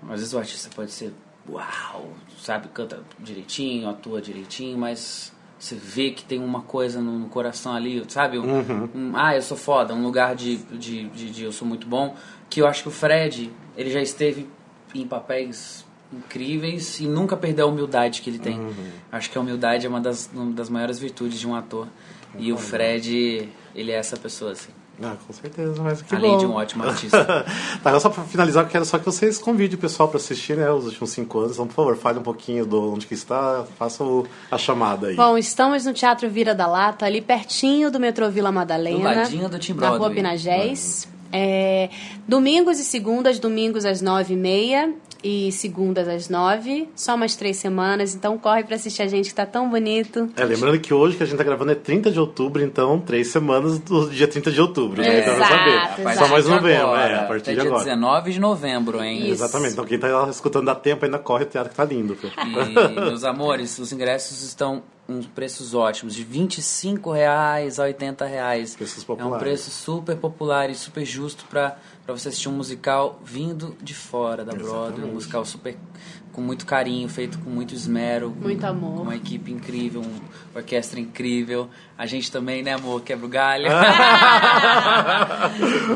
S13: Às vezes o artista pode ser, uau, sabe, canta direitinho, atua direitinho, mas você vê que tem uma coisa no, no coração ali, sabe? Um,
S11: Uhum.
S13: um, ah, eu sou foda, um lugar de, de, de, de eu sou muito bom, que eu acho que o Fred, ele já esteve em papéis incríveis e nunca perdeu a humildade que ele tem.
S2: Uhum.
S13: Acho que a humildade é uma das, uma das maiores virtudes de um ator. E o
S2: Concordo.
S13: Fred, ele é essa pessoa, assim.
S2: Uhum. Ah, com certeza, mas que
S13: Além
S2: bom.
S13: de um ótimo artista.
S2: tá, agora só pra finalizar, eu quero só que vocês convidem o pessoal pra assistir, né, os últimos cinco anos. Então, por favor, fale um pouquinho de onde que está, faça o- a chamada aí.
S14: Bom, estamos no Teatro Vira da Lata, ali pertinho do metrô Vila Madalena.
S13: Do ladinho do Tim
S14: Na rua
S13: Broadway. Uhum.
S14: Pinagés. É, domingos e segundas, domingos às nove e meia e segundas às nove. Só umas três semanas, então corre pra assistir a gente que tá tão bonito.
S2: É, lembrando que hoje que a gente tá gravando é 30 de outubro, então três semanas do dia 30 de outubro, né? Então, pra
S13: Exato,
S2: saber. Só
S13: exato.
S2: mais novembro,
S13: Agora,
S2: é, a partir
S13: até
S2: de
S13: dia
S2: agora.
S13: 19 de novembro, hein?
S2: Exatamente, então quem tá escutando dá tempo ainda corre, o teatro que tá lindo. viu?
S13: E, meus amores, os ingressos estão uns preços ótimos, de R$ 25 reais a R$ 80 reais. É um
S2: populares.
S13: preço super popular e super justo para você assistir um musical vindo de fora da Broadway, um
S14: Exatamente.
S13: musical super com muito carinho, feito com muito esmero, com
S14: Muito amor.
S13: uma equipe incrível, um- uma orquestra incrível. A gente também, né, amor, quebra o galho.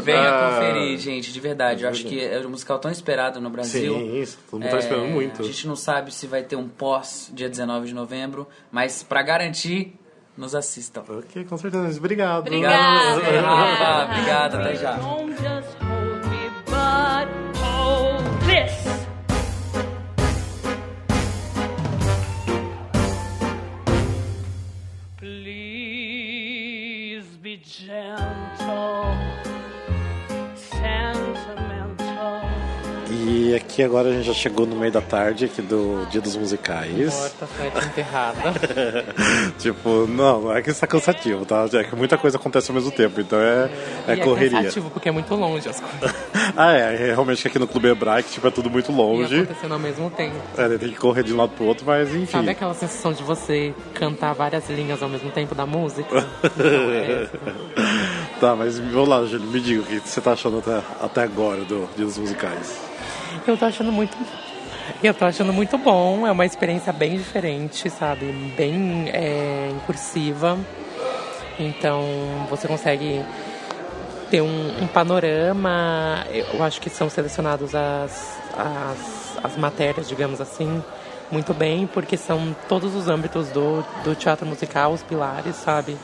S13: Venha conferir, gente, de verdade. Eu acho que é um musical tão esperado no Brasil. É,
S2: Sim, isso, todo mundo tá esperando muito.
S13: A gente não sabe se vai ter um pós dia 19 de novembro, mas pra garantir, nos assistam.
S2: Ok, com certeza. Mas Obrigado.
S13: Obrigado. Obrigado. Obrigado, até já.
S15: Don't just hold me, but hold this. Please be gentle, sentimental.
S2: E aqui agora a gente já chegou no meio da tarde aqui do Dia dos Musicais.
S3: Morta, Fred enterrada.
S2: tipo, não, não é que isso tá cansativo, tá? É que muita coisa acontece ao mesmo tempo, então é, é
S3: E É
S2: correria.
S3: cansativo, porque é muito longe as coisas
S2: ah, é, é, realmente que aqui no Clube Hebraico, tipo, é tudo muito longe.
S3: acontecendo ao mesmo tempo.
S2: É, tem que correr de um lado pro outro, mas enfim.
S3: Sabe aquela sensação de você cantar várias linhas ao mesmo tempo da música? é.
S2: tá, mas vamos lá, Júlio, me diga o que você tá achando até, até agora do Dia dos Musicais.
S3: Eu tô achando muito. Eu tô achando muito bom. É uma experiência bem diferente, sabe? Bem é, incursiva. Então você consegue ter um, um panorama. Eu acho que são selecionados as, as, as matérias, digamos assim, muito bem, porque são todos os âmbitos do, do teatro musical, os pilares, sabe?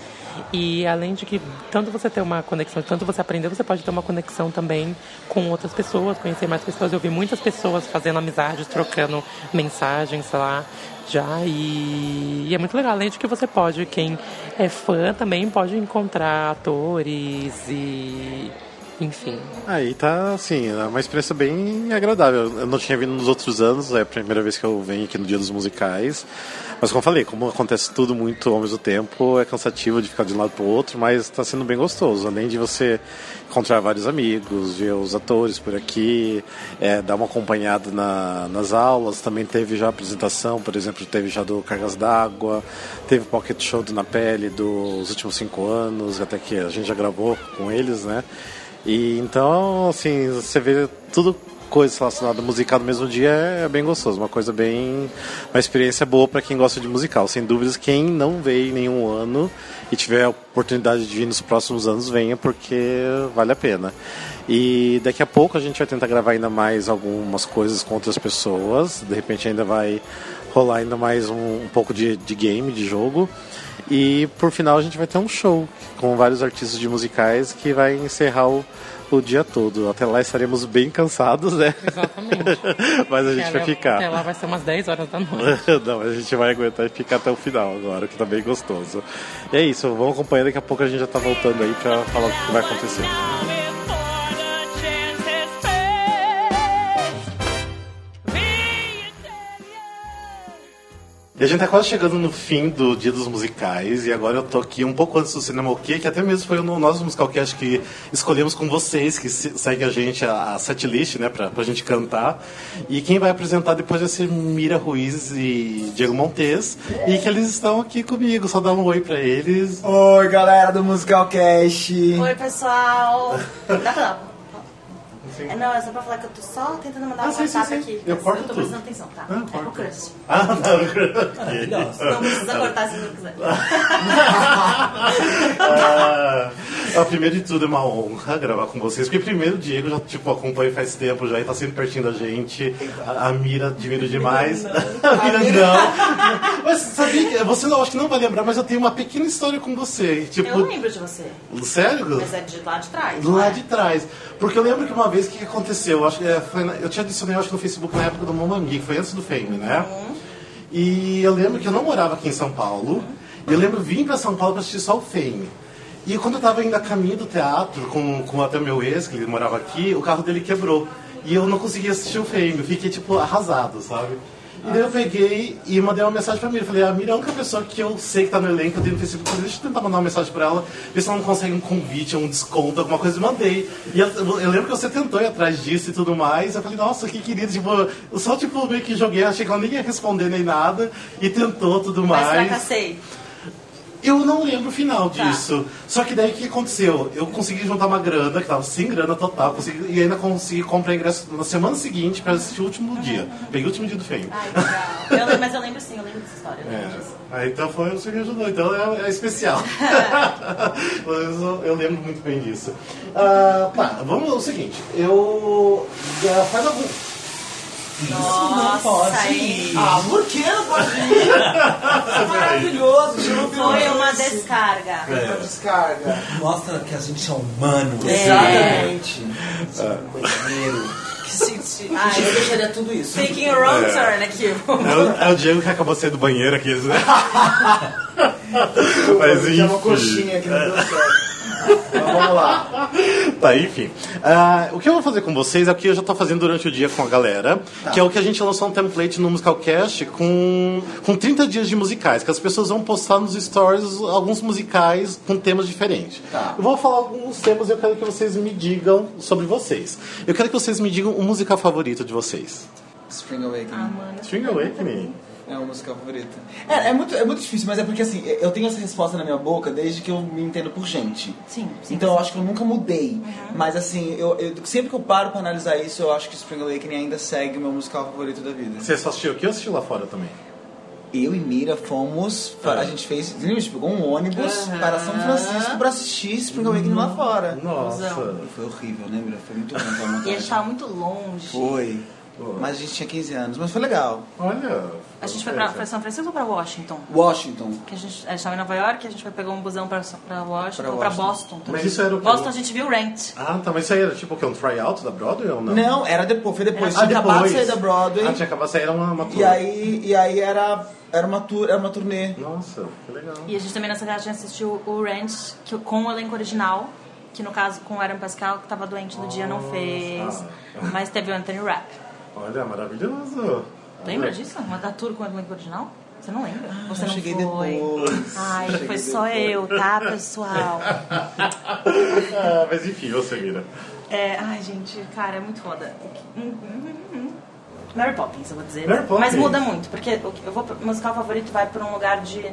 S3: E além de que tanto você ter uma conexão, tanto você aprender, você pode ter uma conexão também com outras pessoas, conhecer mais pessoas. Eu vi muitas pessoas fazendo amizades, trocando mensagens lá já. E, e é muito legal. Além de que você pode, quem é fã também pode encontrar atores e. Enfim.
S2: Aí tá, assim, é uma experiência bem agradável. Eu não tinha vindo nos outros anos, é a primeira vez que eu venho aqui no Dia dos Musicais. Mas como eu falei, como acontece tudo muito ao mesmo tempo, é cansativo de ficar de um lado pro outro, mas tá sendo bem gostoso. Além de você encontrar vários amigos, ver os atores por aqui, é, dar uma acompanhada na- nas aulas. Também teve já apresentação, por exemplo, teve já do Cargas d'Água, teve Pocket Show do Na Pele dos últimos cinco anos, até que a gente já gravou com eles, né? E então, assim, você vê tudo coisa relacionada a musical no mesmo dia é bem gostoso, uma coisa bem uma experiência boa para quem gosta de musical. Sem dúvidas, quem não veio em nenhum ano e tiver a oportunidade de vir nos próximos anos, venha porque vale a pena. E daqui a pouco a gente vai tentar gravar ainda mais algumas coisas com outras pessoas, de repente ainda vai rolar ainda mais um, um pouco de, de game, de jogo. E por final a gente vai ter um show com vários artistas de musicais que vai encerrar o, o dia todo. Até lá estaremos bem cansados, né?
S3: Exatamente.
S2: mas a gente vai ficar.
S3: Até lá vai ser umas 10 horas da noite.
S2: Não, mas a gente vai aguentar e ficar até o final agora, que tá bem gostoso. E é isso, vamos acompanhar, daqui a pouco a gente já tá voltando aí pra falar o que vai acontecer. E a gente tá quase chegando no fim do Dia dos Musicais, e agora eu tô aqui um pouco antes do Cinema OK, que até mesmo foi o nosso musical que acho que escolhemos com vocês, que se- segue a gente, a, a setlist, né, pra, pra gente cantar. E quem vai apresentar depois vai ser Mira Ruiz e Diego Montes, e que eles estão aqui comigo, só dá um oi pra eles.
S11: Oi, galera do Musical Cast.
S16: Oi, pessoal. Dá pra dar- É, Não, é só pra falar que eu tô só tentando
S2: Ah,
S16: mandar uma WhatsApp aqui.
S2: Eu corto
S16: tô
S2: tudo.
S16: prestando atenção, tá? é o crush.
S2: Ah, não. Tá
S16: Maravilhosa. Não precisa cortar se não quiser.
S2: Ah, ah, primeiro de tudo, é uma honra gravar com vocês, porque primeiro o Diego já tipo, acompanha faz tempo já e tá sempre pertinho da gente. A, a Mira admiro demais. a Mira não. Mas sabia que você não, acho que não vai lembrar, mas eu tenho uma pequena história com você. Tipo,
S16: Eu lembro de você.
S2: Sério?
S16: Mas é de lá de trás.
S2: Lá
S16: né?
S2: de trás. Porque eu lembro que uma vez o que que aconteceu? Eu, acho, que, é, foi na- eu te adicionei, eu acho, no Facebook na época do Mamami, que foi antes do Fame, né? E eu lembro que eu não morava aqui em São Paulo. E eu lembro que vim pra São Paulo pra assistir só o Fame. E quando eu tava indo a caminho do teatro com, com até o meu ex, que ele morava aqui, o carro dele quebrou. E eu não conseguia assistir o Fame. Eu fiquei, tipo, arrasado, sabe? E daí eu peguei e mandei uma mensagem pra Mira. Eu Falei, a Mira é a única pessoa que eu sei que tá no elenco, eu tenho no Facebook. Eu falei, Deixa eu tentar mandar uma mensagem pra ela, ver se ela não consegue um convite, um desconto, alguma coisa. E mandei. E ela- eu, lembro que você tentou ir atrás disso e tudo mais. Eu falei, nossa, que querido. Tipo, eu só tipo, meio que joguei, achei que ela nem ia responder nem nada. E tentou tudo
S16: Mas
S2: mais.
S16: fracassei.
S2: Eu não lembro o final
S11: Tá.
S2: disso. Só que daí o que aconteceu? Eu consegui juntar uma grana, que tava sem grana total, consegui- e ainda consegui comprar ingresso na semana seguinte pra assistir o último dia. Peguei o último dia do feio.
S16: Eu lembro- mas eu lembro sim, eu lembro dessa história. eu lembro
S2: É.
S16: disso.
S2: Ah, então foi o que ajudou, então é, é especial. Mas eu, eu lembro muito bem disso. Ah, tá, vamos ao seguinte. Eu. ah, faz algum.
S16: Nossa, hein?
S11: Ah, por que não pode ir? Maravilhoso, Gil
S16: Foi
S11: Vigor.
S16: uma
S2: É.
S16: descarga.
S11: Foi uma descarga. Mostra que a gente é humano.
S16: É.
S11: Exatamente.
S2: Ah.
S11: Primeiro.
S16: Que senti. Ai,
S11: Eu deixaria tudo isso.
S16: Taking a wrong
S2: É.
S11: né,
S16: turn aqui.
S2: É o, é o Diego que acabou sendo banheiro aqui, né? Mas enfim.
S11: Tinha é uma
S2: Então,
S11: coxinha que não deu certo. Mas vamos lá.
S2: Tá, enfim. Ah, o que eu vou fazer com vocês é o que eu já tô fazendo durante o dia com a galera,
S11: Tá.
S2: que é o que a gente lançou um template no Musicalcast com, com 30 dias de musicais, que as pessoas vão postar nos stories alguns musicais com temas diferentes.
S11: Tá.
S2: Eu vou falar alguns temas e eu quero que vocês me digam sobre vocês. Eu quero que vocês me digam o musical favorito de vocês.
S11: Spring Awakening.
S2: String Awakening.
S11: É uma música favorita. É, é muito, é muito difícil, mas é porque assim, eu tenho essa resposta na minha boca desde que eu me entendo por gente.
S16: Sim, sim. Uhum.
S11: Então eu acho que eu nunca mudei. Mas assim, eu, eu- sempre que eu paro pra analisar isso, eu acho que Spring Awakening ainda segue o meu musical favorito da vida.
S2: Você só assistiu aqui ou assistiu lá fora também? É.
S11: Eu e Mira fomos, pra- a gente fez, lembra, a gente pegou um ônibus
S9: Aham.
S11: para São Francisco pra assistir Spring Awakening lá fora.
S2: Nossa.
S11: Foi horrível, né, Mira? Foi muito ruim aquela montagem.
S16: E a gente tava muito longe.
S11: Foi. Mas a gente tinha 15 anos, mas foi legal.
S2: Olha. tá.
S16: A gente foi pra, pra São Francisco ou pra Washington?
S11: Washington.
S16: Que a gente a gente tava em Nova York, a gente foi pegar um busão pra, pra Washington,
S11: Pra
S16: pra
S11: Washington.
S16: Boston. também.
S2: Mas isso era o quê?
S16: Boston a gente viu Rent.
S2: Ah, tá, mas isso aí era tipo o quê? Um tryout da Broadway ou não?
S11: Não, era depois, foi depois.
S2: Ah,
S11: Tinha acabado de
S2: depois.
S11: sair da Broadway.
S2: Ah, tinha acabado de sair, era uma, uma
S11: E
S2: tour.
S11: aí, e aí era, era, uma tour, era uma turnê.
S2: Nossa, que legal.
S16: E a gente também nessa viagem assistiu o Rent que, com o elenco original, que no caso com o Aaron Pascal, que tava doente no dia, não fez. Mas teve o Anthony Rapp.
S2: Olha, maravilhoso.
S16: Lembra
S2: Olha.
S16: disso? Uma da tour com o elenco original? Você não lembra? Você
S11: Ah, eu
S16: não
S11: cheguei
S16: foi.
S11: depois.
S16: Ai,
S11: Cheguei
S16: foi só
S11: depois.
S16: eu, tá, pessoal?
S2: Ah, mas enfim, você mira.
S16: É, ai, gente, cara, é muito foda. Hum, hum, hum. Mary Poppins, eu vou dizer.
S2: Mary
S16: Mas
S2: Poppins.
S16: muda muito, porque o que- eu vou, pro- o musical favorito vai pra um lugar de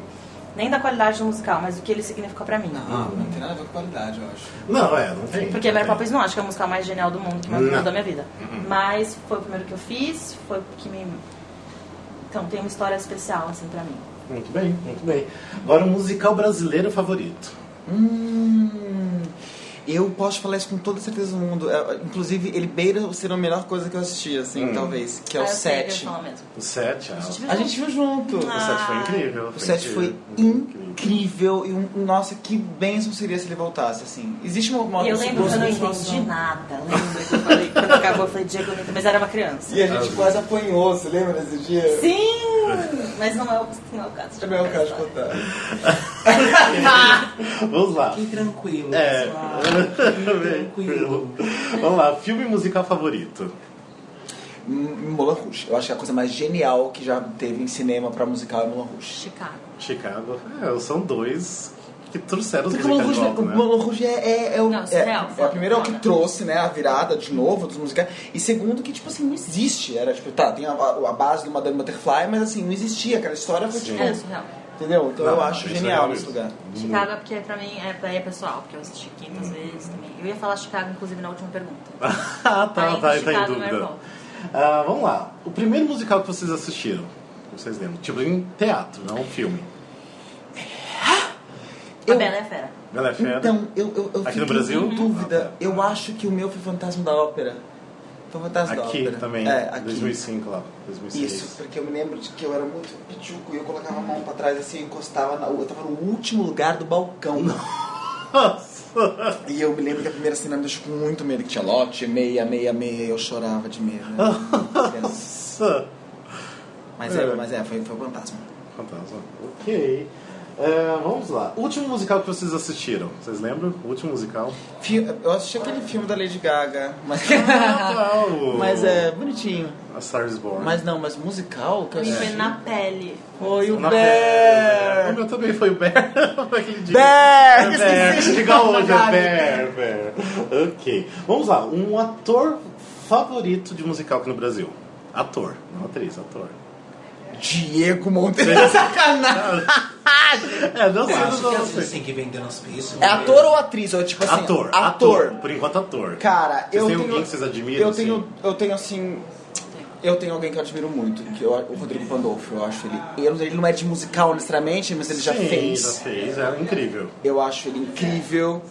S16: Nem da qualidade do musical, mas o que ele significou pra mim.
S11: Ah, Não, não tem nada a ver com qualidade, eu acho.
S2: Não, é, não tem.
S16: Porque Mary Poppins não acho que é a música mais genial do mundo, que mais
S11: Não.
S16: mudou a minha vida.
S11: Uhum.
S16: Mas foi o primeiro que eu fiz, foi o que me. Então tem uma história especial, assim, pra mim.
S2: Muito bem, muito bem. Agora o musical brasileiro favorito.
S11: Hum, eu posso falar isso com toda certeza do mundo. É, inclusive, ele beira ser a melhor coisa que eu assisti, assim,
S2: Hum.
S11: talvez. Que é
S2: Ah,
S11: o
S2: eu sei, eu ia
S11: 7.
S2: falar mesmo. O 7, ah. A gente viu
S11: A gente viu junto.
S2: O 7 foi incrível.
S11: O 7 foi incrível. E, um, nossa, que bênção seria se ele voltasse, assim. Existe uma... uma
S16: E eu lembro que eu não entendi nada. Eu Lembro que eu falei, quando acabou, eu falei, Diego, Nito", mas era uma criança.
S11: E a gente quase apanhou, você lembra desse dia?
S16: Sim! Mas não é o, não é o caso.
S11: Também é o caso de contar.
S2: Vamos lá.
S11: Que tranquilo.
S2: É. Tranquilo. Vamos lá, filme musical favorito.
S11: M- Moulin Rouge. Eu acho que é a coisa mais genial que já teve em cinema pra musical é Moulin Rouge.
S16: Chicago.
S2: Chicago. É, são dois que trouxeram os
S11: Porque o Moulin
S2: musicais de
S11: Rouge,
S2: volta,
S11: o
S2: né?
S11: Moulin Rouge é, é, é o,
S16: Não,
S11: é,
S16: surreal,
S11: é a
S16: foda,
S11: primeira
S16: foda.
S11: que trouxe, né, a virada de novo dos musicais. E segundo que, tipo assim, não existe. Era, tipo, tá, tem a, a base do Madame Butterfly, mas assim, não existia. Aquela história foi, tipo...
S16: É surreal.
S11: Entendeu? Então
S2: Não,
S11: eu
S2: não,
S11: acho
S2: isso é
S11: genial
S2: legal
S11: esse lugar.
S16: Chicago é porque pra mim é, é pessoal, porque eu assisti
S11: Uhum.
S16: 500 vezes também. Eu ia falar Chicago, inclusive, na última pergunta.
S2: Ah, tá,
S16: Aí,
S2: tá, tá em
S16: Chicago, Mary
S2: dúvida.
S16: Poppins.
S2: Ah, vamos lá. O primeiro musical que vocês assistiram, que vocês lembram? Tipo, em teatro, não um filme.
S16: A Bela é fera.
S2: Bela é Fera.
S11: Então, eu, eu, eu
S2: Aqui no
S11: fiquei
S2: Brasil? Uhum.
S11: com dúvida. Eu acho que o meu foi Fantasma da Ópera. Foi Fantasma da
S2: Aqui
S11: Ópera.
S2: também,
S11: É, aqui.
S2: 2005 lá, 2006.
S11: Isso, porque eu me lembro de que eu era muito pituco e eu colocava a mão pra trás assim, eu encostava na. Eu tava no último lugar do balcão. E eu me lembro que a primeira cena me deixou com muito medo, que tinha lote, meia, meia, meia, eu chorava de medo. Né? mas é,
S2: É.
S11: mas é, foi, foi o fantasma.
S2: Fantasma. Ok. É, vamos lá. Último musical que vocês assistiram. Vocês lembram? O último musical?
S11: Fi- Eu assisti aquele filme da Lady Gaga, mas. é um
S2: Legal.
S11: mas é bonitinho.
S2: A Star is Born.
S11: Mas não, mas musical? Que eu
S16: Pra mim foi
S11: assisti-
S16: na pele.
S11: Foi o
S2: Na
S11: Bear!
S2: O meu também foi o Bear naquele dia.
S11: Bear!
S2: Bear.
S11: Esqueci.
S2: Igual hoje, é
S11: Caralho.
S2: Bear, Bear. Ok. Vamos lá. Um ator favorito de musical aqui no Brasil. Ator, não atriz, ator.
S11: Diego Monteiro. Sacanagem!
S2: É, não sei,
S17: Eu
S2: não
S17: acho que
S2: não
S17: às
S2: sei.
S17: vezes tem que vender nosso peixe.
S11: É ator ou atriz? Ou, tipo assim,
S2: ator, ator,
S11: ator.
S2: Por enquanto, ator.
S11: Cara,
S2: vocês
S11: eu
S2: têm
S11: tenho-
S2: alguém que vocês admiram?
S11: Eu tenho, eu tenho assim. Eu tenho alguém que eu admiro muito, que eu- o Rodrigo Pandolfo, eu acho ele. Eu não, ele não é de musical necessariamente, mas ele já
S2: Sim,
S11: fez.
S2: já fez, é incrível.
S11: Eu acho ele incrível.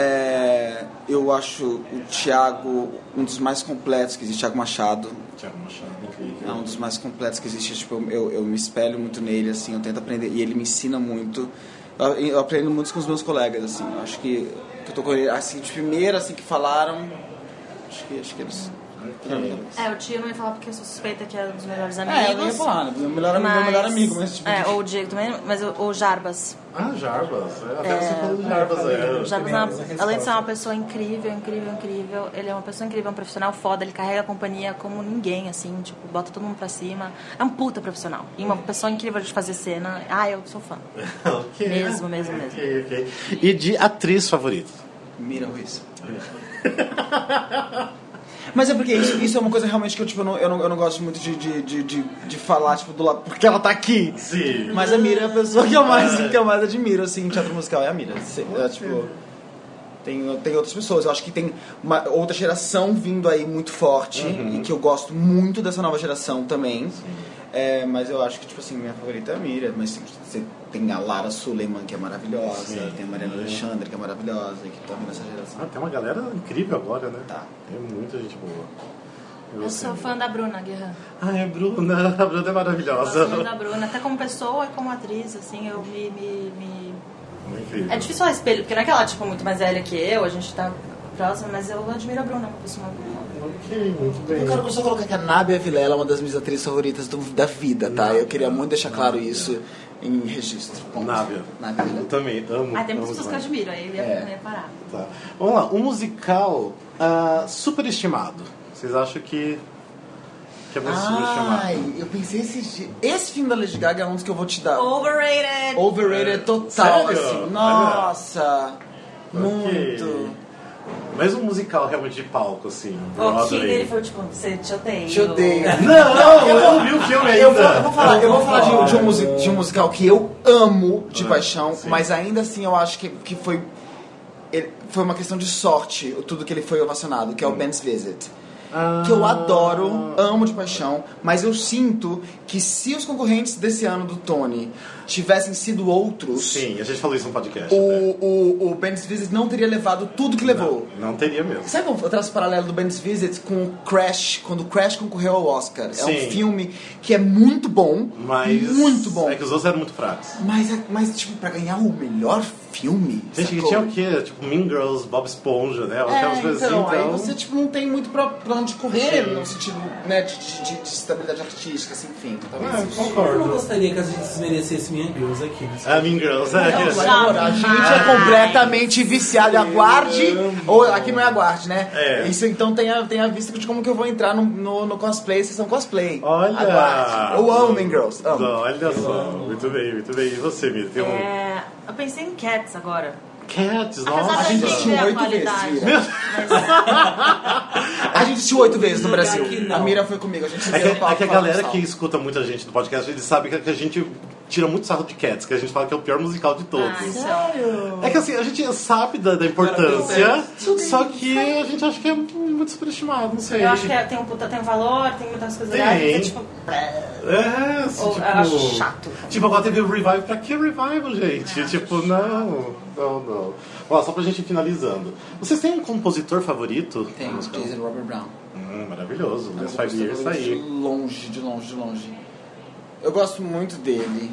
S11: é, eu acho o Thiago um dos mais completos que existe, Thiago Machado.
S2: Thiago Machado,
S11: É um dos mais completos que existe. Tipo, eu- eu, eu me espelho muito nele, assim, eu tento aprender. E ele me ensina muito. Eu, eu aprendo muito com os meus colegas, assim. Eu acho que, que eu tô com ele, assim, de primeira, assim, que falaram. Acho que, acho que eles.
S16: É, o tio não ia falar porque eu sou suspeita que é um dos melhores amigos.
S11: É, eu não ia falar, né? Meu melhor amigo é meu melhor amigo, mas, tipo,
S16: É, ou o Diego também, mas o, o Jarbas.
S2: Ah, Jarbas. é, Até
S16: É,
S2: você falou do Jarbas. É,
S16: Jarbas, é uma- além de ser uma pessoa incrível, incrível, incrível, ele é uma pessoa incrível, é um profissional foda, ele carrega a companhia como ninguém, assim, tipo, bota todo mundo pra cima. É um puta profissional. E
S11: Uhum.
S16: uma pessoa incrível de fazer cena. Ah, eu sou fã.
S2: Ok.
S16: Mesmo, mesmo, mesmo.
S2: Ok, ok. E de atriz favorita?
S11: Mira Ruiz. Mas é porque isso, isso é uma coisa realmente que eu, tipo, eu não, eu não, eu não gosto muito de, de, de, de, de falar, tipo, do lado. Porque ela tá aqui.
S2: Sim.
S11: Mas a Mira é a pessoa que eu mais, que eu mais admiro, assim, em teatro musical. É a Mira. Se- É, tipo... Tem, tem outras pessoas. Eu acho que tem uma outra geração vindo aí muito forte.
S2: Uhum.
S11: E que eu gosto muito dessa nova geração também. É, mas eu acho que, tipo assim, minha favorita é a Mira. Mas tem- você tem a Lara Suleiman, que é maravilhosa.
S2: Sim.
S11: Tem a Mariana
S2: Uhum.
S11: Alexandre, que é maravilhosa. Que tá vindo essa geração.
S2: Ah, tem uma galera incrível agora, né? Tá. Tem muita gente boa.
S16: Eu sou
S2: assim,
S16: fã da Bruna Guerra.
S2: Ai, a Bruna. A Bruna é
S16: Gosto muito da
S2: maravilhosa.
S16: Bruna, até como pessoa e como atriz, assim, eu me- me- me
S2: Incrível.
S16: É difícil falar espelho, porque não é que ela é tipo, muito mais velha que eu, a gente tá próxima, mas eu admiro a Bruna, uma pessoa
S2: Ok, muito bem.
S11: Eu quero só colocar que a Nábia Vilela é uma das minhas atrizes favoritas do- da vida, tá? Eu queria muito deixar claro isso em registro. Ponto.
S2: Nábia.
S11: Nábia Vilela.
S2: Eu também amo.
S16: Ah, tem muitas
S2: amo
S16: pessoas que eu
S2: demais.
S16: admiro, aí eu ia,
S2: É.
S16: não ia parar.
S2: Tá. Vamos lá, um musical ah, superestimado. Vocês acham que, que é muito superestimado?
S11: Ai, eu pensei esses dias. Esse filme da Lady Gaga é um dos que eu vou te dar.
S16: Overrated!
S11: Overrated total,
S2: Sério?
S11: assim. Nossa!
S2: Ok.
S11: Muito.
S2: Mas um musical realmente de palco, assim. Eu
S16: O King,
S2: adorei.
S16: ele foi tipo, você te odeio.
S11: Te odeio.
S2: Não, eu não vi o filme
S11: Eu vou,
S2: ainda.
S11: eu vou falar, eu vou falar de, um- de um,
S2: Olha.
S11: musi- de um musical que eu amo de
S2: Ah,
S11: paixão, mas ainda assim eu acho que, que foi. ele- foi uma questão de sorte tudo que ele foi ovacionado,
S2: Hum.
S11: que é o Ben's Visit.
S2: Ah.
S11: Que eu adoro, amo de paixão, mas eu sinto que se os concorrentes desse ano do Tony tivessem sido outros.
S2: Sim, a gente falou isso no podcast. né?
S11: O, o, o Ben's Visit não teria levado tudo que levou.
S2: Não teria mesmo.
S11: Sabe, eu traço o paralelo do Ben's Visit com o Crash, quando o Crash concorreu ao Oscar. É
S2: Sim.
S11: um filme que é muito bom,
S2: Mas.
S11: muito bom.
S2: É que os outros eram muito fracos.
S11: Mas, é- mas, tipo, pra ganhar o melhor filme.
S2: Gente, que
S11: sacou?
S2: tinha o quê? Tipo, Mean Girls, Bob Esponja, né?
S11: É,
S2: Aquelas coisas
S11: então,
S2: assim.
S11: aí você tipo, não tem muito pra, pra onde correr
S2: Sim.
S11: no sentido né, de, de, de estabilidade artística, assim, enfim. Talvez
S2: Ah, eu
S11: exista.
S2: concordo.
S17: Eu não gostaria que a gente desmerecesse Mean Girls aqui. né?
S2: Ah, Mean Girls,
S11: Não,
S2: é.
S11: vai embora. A gente é completamente viciado. Aguarde. Ou aqui não é aguarde, né?
S2: É.
S11: Isso então tem a, tem a vista de como que eu vou entrar no, no, no cosplay, sessão cosplay. Olha.
S2: Ah,
S11: Aguarde. Eu amo Mean Girls. Amo.
S2: Olha só, muito bem, muito bem. E você, Mira? Tem um.
S16: É, eu pensei em Cats agora.
S2: Cats,
S16: Apesar
S2: nossa.
S16: da gente ver a qualidade.
S11: A gente assistiu oito vezes no Brasil. A Mira foi comigo, a gente se
S2: É
S11: viu no
S2: que,
S11: palco
S2: é que a
S11: falando
S2: galera
S11: sal.
S2: que escuta muita gente do podcast, eles sabem que, que a gente tira muito sarro de Cats, que a gente fala que é o pior musical de todos.
S11: Ah, então.
S16: Sério?
S2: É que assim, a gente sabe da, da importância,
S16: Tudo
S2: só
S16: bem,
S2: que a gente acha que é muito superestimado, não sei.
S16: Eu acho que é- tem, um puta, tem um valor, tem muitas coisas
S2: Tem.
S16: legais, é tipo...
S2: É, assim,
S16: Ou-
S2: tipo...
S16: eu acho chato.
S2: Tipo, agora teve o revival. Pra que revival, gente? tipo, não. Não, não. Ó, só pra gente ir finalizando. Vocês têm um compositor favorito?
S11: Tem, Jason Robert Brown.
S2: Hum, maravilhoso.
S11: Eu
S2: Last
S11: gosto
S2: Five Years tá
S11: muito De
S2: aí.
S11: longe, de longe, de longe. Eu gosto muito dele.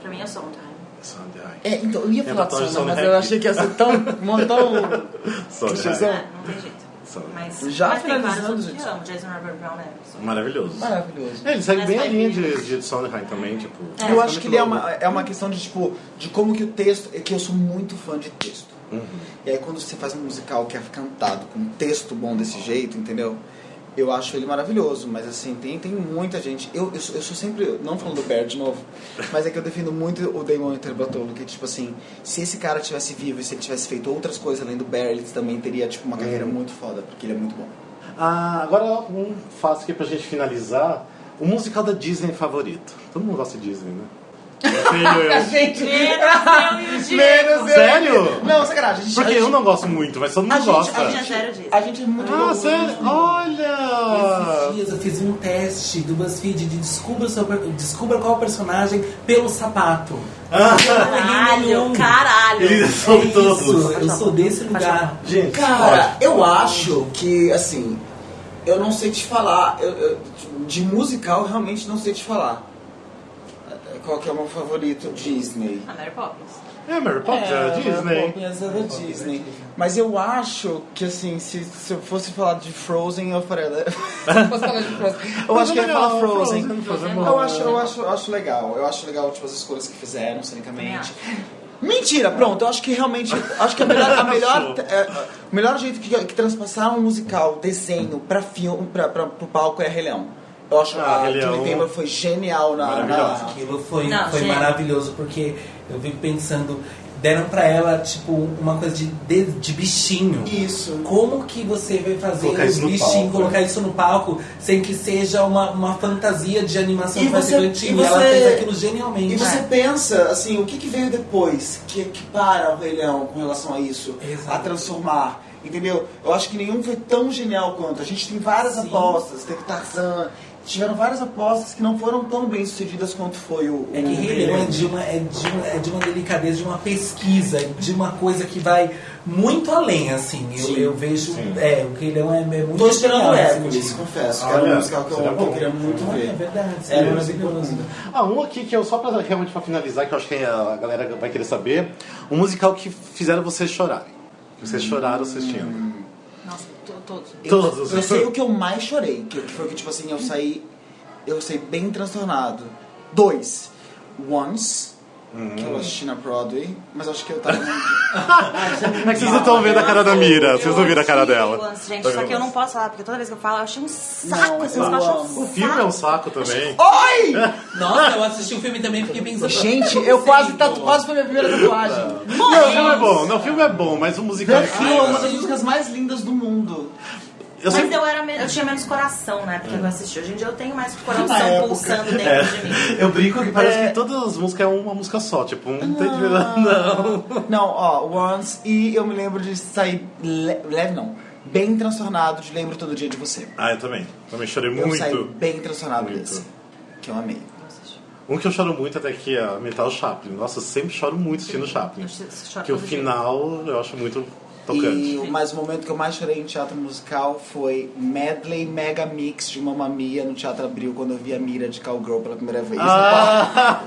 S16: Pra mim é só um time.
S2: Sondheim.
S11: É, então, eu ia
S2: É
S11: falar
S2: batom de
S11: de Sondheim, mas
S2: Sondheim.
S11: eu achei que ia ser tão... um tão
S2: Sondheim.
S11: clichêzão.
S16: Ah, Não tem jeito.
S2: Sondheim.
S16: Mas,
S11: Já
S16: mas tem vários
S11: finalizando,
S16: outros que eu amo. Jason Robert Brown é...
S2: Maravilhoso.
S11: Maravilhoso.
S2: É, ele segue bem a linha de, de Sondheim também, tipo...
S11: Eu acho que ele é uma, é uma questão de, tipo, de como que o texto... É que eu sou muito fã de texto.
S2: Uhum.
S11: E aí quando você faz um musical que é cantado com um texto bom desse jeito, entendeu? Eu acho ele maravilhoso, mas assim, tem, tem muita gente. Eu, eu, sou, eu sou sempre, não falando do Bear de novo, mas é que eu defendo muito o Damon Interbatolo, que tipo assim, se esse cara tivesse vivo e se ele tivesse feito outras coisas além do Bear, ele também teria tipo uma carreira muito foda, porque ele é muito bom.
S2: Ah, agora um faço aqui pra gente finalizar. O musical da Disney favorito. Todo mundo gosta de Disney, né? Tenho eu.
S11: gente.
S2: Diego. Sério?
S11: Não, sacanagem. a gente-
S2: Porque
S11: a gente-
S2: eu não gosto muito, mas todo mundo
S11: a gente-
S2: gosta.
S11: a gente- A gente é muito
S2: Ah, sério? Olha!
S17: Esses dias eu fiz um teste do BuzzFeed de descubra, seu per- descubra qual personagem pelo sapato.
S2: Ah.
S16: Caralho, caralho.
S17: Eles são todos. Eu sou desse
S16: lugar.
S2: Gente,
S11: Cara, eu acho que, assim, eu não sei te falar. Eu, eu- de musical, eu realmente não sei te falar. Qual que é o meu favorito? Disney.
S16: A Mary Poppins.
S2: É, Mary Poppins era Disney.
S11: Mary Poppins era Disney. Mas eu acho que, assim, se, se eu fosse falar de Frozen, eu faria... se eu fosse falar de Frozen, eu acho que eu ia falar Frozen. Eu acho, eu acho, eu acho legal. Eu acho legal, tipo, as escolhas que fizeram, cinicamente. Mentira, pronto, eu acho que realmente. Acho que a melhor, a melhor, é, o melhor jeito que, que transpassar um musical, desenho, pra filme, pra, pra, pro palco é Rei Leão. Eu acho que
S2: Ah,
S11: a
S2: Rei Leão.
S11: Julie Taylor foi genial na.
S17: Maravilhosa.
S11: na...
S17: Aquilo foi,
S11: Não,
S17: foi
S11: gênio.
S17: maravilhoso, porque eu fico pensando, deram pra ela, tipo, uma coisa de, de, de bichinho.
S11: Isso.
S17: Como que você vai fazer
S2: Colocar
S17: os
S2: isso no
S17: bichinhos,
S2: palco, né?
S17: colocar isso no palco, sem que seja uma, uma fantasia de animação pra infantil? E ela fez aquilo genialmente.
S11: E você
S17: É.
S11: pensa, assim, o que, que veio depois que equipara o Rei Leão com relação a isso? A transformar. Entendeu? Eu acho que nenhum foi tão genial quanto. A gente tem várias apostas, teve Tarzan. Tiveram várias apostas que não foram tão bem sucedidas quanto foi o.
S17: É que
S11: o
S17: Rei Leão é de, uma, é, de uma, é de uma delicadeza, de uma pesquisa, de uma coisa que vai muito além, assim. Eu,
S11: Sim,
S17: eu vejo.
S11: sim.
S17: É, o Rei Leão é, é muito.
S11: Tô esperando
S17: genial,
S11: o
S17: assim,
S11: Hércules,
S17: de-
S11: confesso. Que era
S2: Olha,
S11: um musical que eu,
S2: será
S11: que eu
S2: bom?
S11: queria muito
S17: Olha,
S11: ver.
S17: é verdade,
S11: Era
S17: é
S11: uma música
S17: maravilhoso.
S11: profunda.
S2: Ah, um aqui que eu só pra realmente pra finalizar, que eu acho que a galera vai querer saber. Um musical que fizeram vocês chorarem.
S16: Hum.
S2: Vocês choraram assistindo.
S16: Nossa, to- todos.
S11: Eu-
S2: Todos.
S11: Eu, sei o que eu mais chorei, que que foi que, tipo assim, eu saí. Eu saí bem transtornado. Dois. Once. que
S2: Hum.
S11: eu assisti na Broadway, mas acho que eu tava.
S2: É Vocês não estão vendo a cara da Mira, vocês não viram a cara dela.
S16: Ambulance, gente, só que eu não posso falar, porque toda vez que eu falo, eu achei um saco. esses
S2: Não,
S16: machos
S2: não. O filme é um saco também.
S17: Oi! Nossa, eu assisti o filme e também fiquei
S16: tá
S17: pensando.
S2: Gente, eu quase
S17: tatu, quase foi minha primeira
S2: Não, o filme é bom, não, o filme é bom, mas o musical
S17: The
S2: Ai,
S17: Fill é uma das
S2: cara.
S17: músicas mais lindas do mundo.
S2: Eu
S16: Mas é
S2: sempre-
S16: eu, era, me- eu tinha menos coração na época que eu assisti. Hoje em dia eu tenho mais coração
S2: Na época.
S16: pulsando dentro
S2: É.
S16: de mim.
S2: Eu brinco que parece
S11: É.
S2: que todas as músicas é uma música só, tipo, um tem não.
S11: Ah. Não, ó, Once, e eu me lembro de sair le- leve, não, bem transtornado de Lembro Todo Dia de Você.
S2: Ah, eu também. Também chorei
S11: Eu saí
S2: muito.
S11: bem transtornado desse, que eu amei.
S2: Um que eu choro muito até que é Metal Chaplin. Nossa, eu sempre choro muito assistindo Chaplin.
S16: é
S2: Que o final eu acho muito tocante.
S11: E, o- mas o momento que eu mais chorei em teatro musical foi medley mega mix de Mamma Mia no Teatro Abril, quando eu vi a Mira de Cowgirl pela primeira vez. Foi a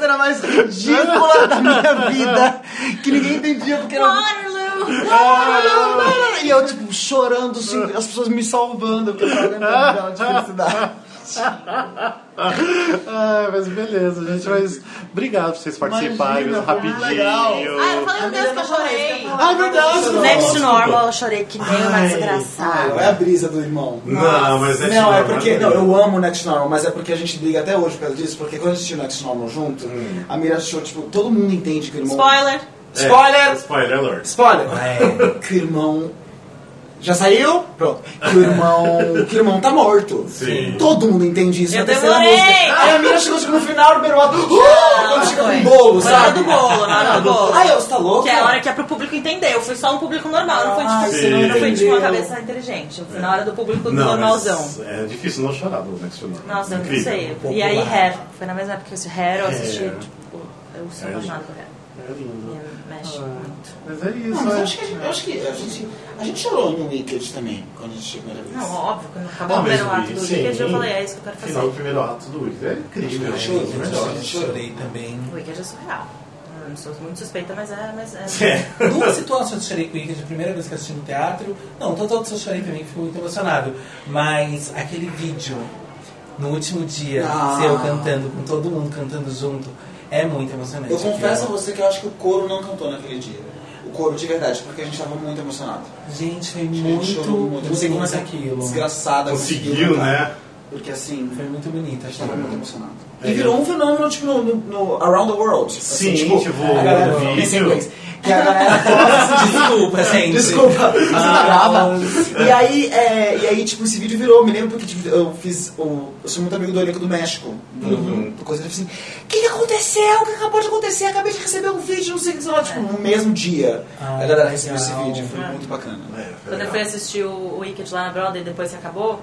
S11: cena mais ridícula da minha vida, que ninguém entendia porque era... Waterloo! E eu, tipo, chorando, assim, as pessoas me salvando, porque eu tava lembrando dela de felicidade.
S2: ah, mas beleza, gente. Mas obrigado por vocês participarem
S11: Imagina,
S2: mesmo
S11: foi
S2: rapidinho.
S11: muito legal.
S16: Ah, eu falei, meu Deus, que eu chorei.
S11: Ah, é verdade.
S16: Next to normal, eu chorei que nem uma desgraçada.
S11: é a brisa do irmão.
S2: Não, mas Next
S11: Não, é
S2: Normal
S11: porque.
S2: é
S11: Não,
S2: legal.
S11: eu amo Next Normal, mas é porque a gente briga até hoje por causa disso, porque quando a gente assistiu Next Normal junto, a Mira achou, tipo, todo mundo entende que o irmão.
S16: Spoiler!
S2: Hum. É,
S11: Spoiler!
S2: spoiler É. alert.
S11: Spoiler! Que o irmão. Já saiu? Pronto. Que o irmão. Que o irmão tá morto.
S2: Sim.
S11: Todo mundo entende isso.
S16: Eu
S11: na terceira
S16: demorei! Ah,
S11: música. Aí a Mira chegou tipo, no final, liberou a. Uh! Quando chega
S16: foi.
S11: com o bolo,
S16: Foi
S11: sabe?
S16: na hora do bolo, na hora do bolo.
S11: Ai, eu, você tá louco?
S16: Que é a hora que é pro público entender. Eu fui só um público normal, não foi
S11: Ah,
S16: tipo,
S2: você não
S16: não foi tipo
S2: entendeu.
S16: uma cabeça inteligente. Eu fui na hora do público
S2: Não, mas
S16: normalzão.
S2: é difícil não chorar do Next Normal.
S16: Nossa, eu não
S2: Incrível. um
S16: sei. E aí, Hair. Foi na mesma época que eu assisti Hair, eu
S2: É.
S16: assisti,
S2: Hair.
S16: tipo, eu sou
S2: Hair.
S16: apaixonada por Hair.
S2: É lindo. Ah,
S16: E mexe muito.
S2: Mas é
S11: Não, mas eu acho que a gente, eu acho que a gente, a gente chorou no Wicked também, quando a gente chegou na vez.
S16: Não, óbvio, quando acabou o primeiro ato do Wicked, eu falei, é isso que eu quero fazer.
S2: Final do primeiro ato do Wicked. É incrível.
S17: Ai,
S2: Chorei,
S17: gente,
S2: melhor.
S17: eu chorei também.
S16: O Wicked é surreal. Eu Não sou muito suspeita, mas é. Mas
S17: É.
S16: é.
S17: Duas situações eu chorei com o Wicked, a primeira vez que eu assisti no teatro. Não, todas as outras eu chorei também, fui muito emocionado. Mas aquele vídeo, no último dia,
S11: Ah.
S17: seu cantando, com todo mundo cantando junto, é muito emocionante.
S11: Eu confesso a
S17: aquilo. é
S11: você que eu acho que o coro não cantou naquele dia. O coro de verdade, porque a gente tava muito emocionado.
S17: Gente, foi
S11: gente
S17: muito,
S11: chorou muito.
S17: muito
S11: Não sei como
S17: bonito
S11: essa
S17: é aquilo.
S11: desgraçada
S2: Conseguiu,
S11: cantar.
S2: né?
S11: Porque assim,
S17: Foi muito bonito.
S11: a gente tava muito emocionado.
S2: É.
S11: E virou um fenômeno, tipo, no, no- no Around the World. Assim,
S2: Sim, tipo,
S11: a galera,
S2: no
S11: isso em
S2: vídeo.
S11: inglês. Que a galera gosta de
S17: Desculpa, gente.
S11: Desculpa, você tá
S17: Ah.
S11: brava? E aí, é, e aí, tipo, esse vídeo virou, me lembro porque tipo, eu fiz. o- eu sou muito amigo do elenco do México. Do,
S2: Uhum.
S11: do coisa, eu falei assim: o que, que aconteceu? O que acabou de acontecer? Acabei de receber um vídeo, não sei o que, sei lá, tipo, no mesmo dia.
S17: Ah,
S11: a galera recebeu esse
S17: legal.
S11: vídeo, foi muito bacana.
S2: É,
S16: Quando eu fui assistir o Wicked lá na Broadway, depois que acabou,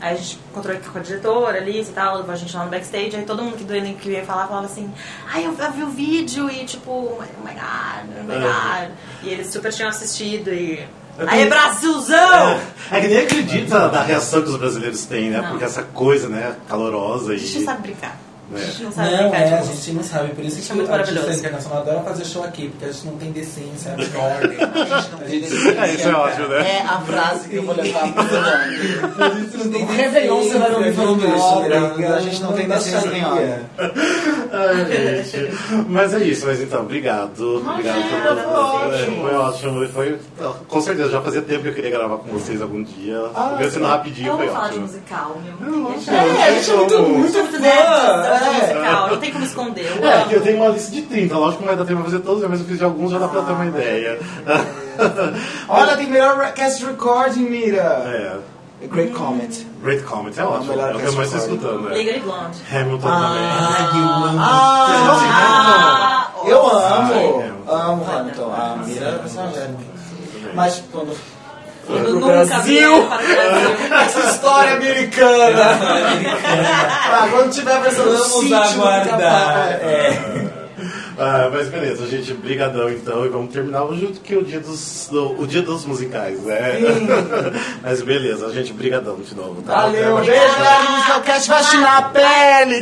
S16: aí a gente encontrou com a diretora, a Liz e tal, levou a gente lá no backstage, aí todo mundo que do elenco que ia falar falava assim, ai, eu vi o vídeo e tipo, oh my god, oh my god. E eles super tinham assistido e...
S2: É. Eu
S16: Aí,
S2: tenho-
S16: Brasilzão!
S2: É que nem acredita na reação que os brasileiros têm, né?
S16: Não.
S2: Porque essa coisa, né, calorosa
S16: A gente não
S2: e. né?
S16: sabe brincar. A gente não
S17: Não,
S16: sabe brincar
S17: é, a
S16: de música.
S17: gente não sabe, por isso
S16: Isso
S17: que
S16: é muito
S17: a artista
S16: maravilhoso.
S17: internacional adora fazer show aqui, porque a gente não tem decência, é não tem ordem. A gente não tem decência.
S2: É, isso é ótimo, né?
S11: É a frase que eu vou levar pro
S17: A gente não tem
S11: O Réveillon você vai
S17: decência,
S11: ouvir falando
S17: não tem
S11: isso, né?
S17: ordem,
S11: A gente não tem
S2: É.
S11: decência
S17: baixaria.
S11: nenhuma.
S2: Ai, gente. Mas é isso, mas então, obrigado. Obrigado
S11: Imagina,
S2: por
S11: foi
S2: tudo.
S11: ótimo.
S2: Foi ótimo. Foi, com certeza, já fazia tempo que eu queria gravar com vocês algum dia. Ah, sendo rapidinho,
S16: Eu
S2: foi
S16: amo falar de
S2: ótimo.
S16: musical, meu.
S2: É, a gente é muito- muito
S16: muito
S2: fã.
S16: nerd, né? eu adoro
S2: É.
S16: musical, não tem como esconder. Eu
S2: É,
S16: amo.
S2: que eu tenho uma lista de 30, lógico que não vai dar tempo pra fazer todos, mas eu fiz de alguns, já dá pra ter uma ideia.
S11: Olha, tem melhor cast recording, Mira!
S2: É,
S11: Great comment.
S2: Great Comments é
S11: É o
S2: ótimo,
S11: melhor
S2: é o que eu mais tô
S11: cast
S2: escutando. é.
S16: Legally Blonde.
S2: Hamilton
S11: Ah,
S2: também.
S11: Ah,
S16: Ah,
S11: eu amo,
S2: Ai,
S11: amo Hamilton. A Mira é evangélica. Mas quando
S16: Eu
S11: pro
S16: nunca
S11: Brasil,
S16: viajei para o Brasil.
S11: essa história é americana. Ah, quando tiver a versão do
S17: Vamos
S11: sítio,
S17: aguardar.
S11: capaz. É.
S2: Ah, mas beleza, gente, brigadão então. E vamos terminar junto que é o dia dos, do- o dia dos musicais, né? mas beleza, gente, brigadão de novo. Tá?
S11: Valeu,
S2: Até mais.
S11: beijo, galera do Musicalcast, vai chinar a pele.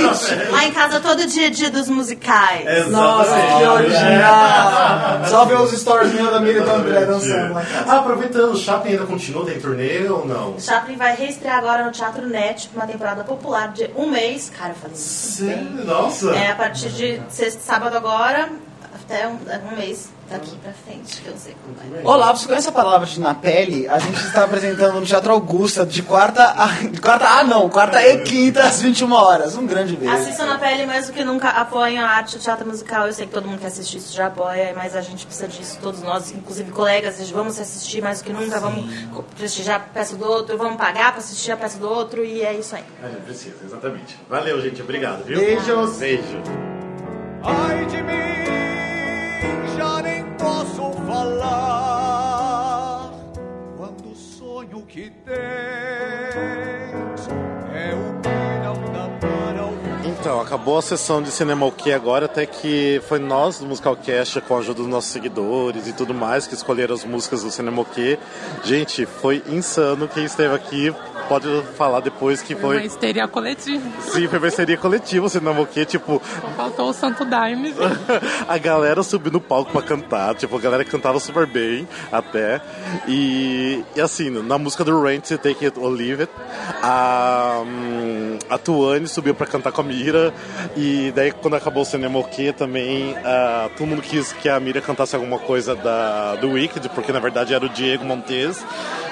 S16: Lá em casa todo dia é dia dos musicais.
S11: Nossa, que original. Só ver os stories meus da Miriam e do André dançando lá.
S2: Ah, aproveitando, o Chaplin ainda continua, tem turnê ou não?
S16: Chaplin vai reestrear agora no Teatro Net uma temporada popular de um mês. Cara, eu falei isso.
S2: Sério?
S16: bem.
S2: Nossa.
S16: É, a partir de sexta, sábado agora, até um, um mês daqui pra frente, que eu não sei como vai.
S11: Olá, você conhece a palavra de na pele? A gente está apresentando no Teatro Augusta de quarta a. De quarta, ah, não, quarta e quinta às 21 horas. Um grande beijo.
S16: Assistam na pele mais do que nunca, apoiem a arte, o teatro musical. Eu sei que todo mundo que assiste isso já apoia, mas a gente precisa disso, todos nós, inclusive colegas, vamos assistir mais do que nunca, vamos co- prestigiar a peça do outro, vamos pagar pra assistir a peça do outro, e é isso aí.
S2: A gente precisa, exatamente. Valeu, gente, obrigado, viu?
S11: Beijos.
S2: Beijo.
S18: Ai de mim, já nem posso falar. Quando o sonho que tens é o que não dá para o
S2: Então, acabou a sessão de cinema o que agora, até que foi nós do Musicalcast, com a ajuda dos nossos seguidores e tudo mais, que escolheram as músicas do cinema o que. Gente, foi insano. Quem esteve aqui pode falar depois que
S3: Foi uma
S2: foi.
S3: histeria coletiva.
S2: Sim, foi parceria coletiva o cinema o que, tipo,
S3: Só faltou o Santo Daime.
S2: a galera subiu no palco pra cantar, tipo, a galera cantava super bem, até. E, e assim, na música do Rent, você Take It or Leave It, a, hum, a Tuane subiu pra cantar com a Mira, e daí quando acabou o cinema ok também, ah, todo mundo quis que a Mira cantasse alguma coisa da, do Wicked, porque na verdade era o Diego Montes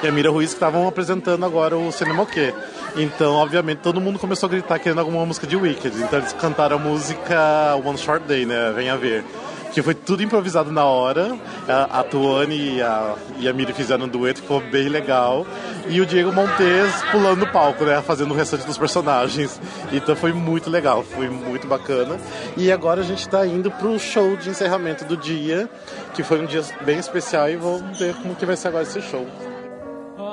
S2: e a Mira Ruiz que estavam apresentando agora o cinema ok. Então, obviamente, todo mundo começou a gritar querendo alguma música de Wicked, então eles cantaram a música One Short Day, né, Vem a Ver. Que foi tudo improvisado na hora. A, a Tuane e a, e a Miri fizeram um dueto, ficou bem legal. E o Diego Montes pulando no palco, né? Fazendo o restante dos personagens. Então foi muito legal, foi muito bacana. E agora a gente tá indo pro show de encerramento do dia, que foi um dia bem especial e vamos ver como que vai ser agora esse show.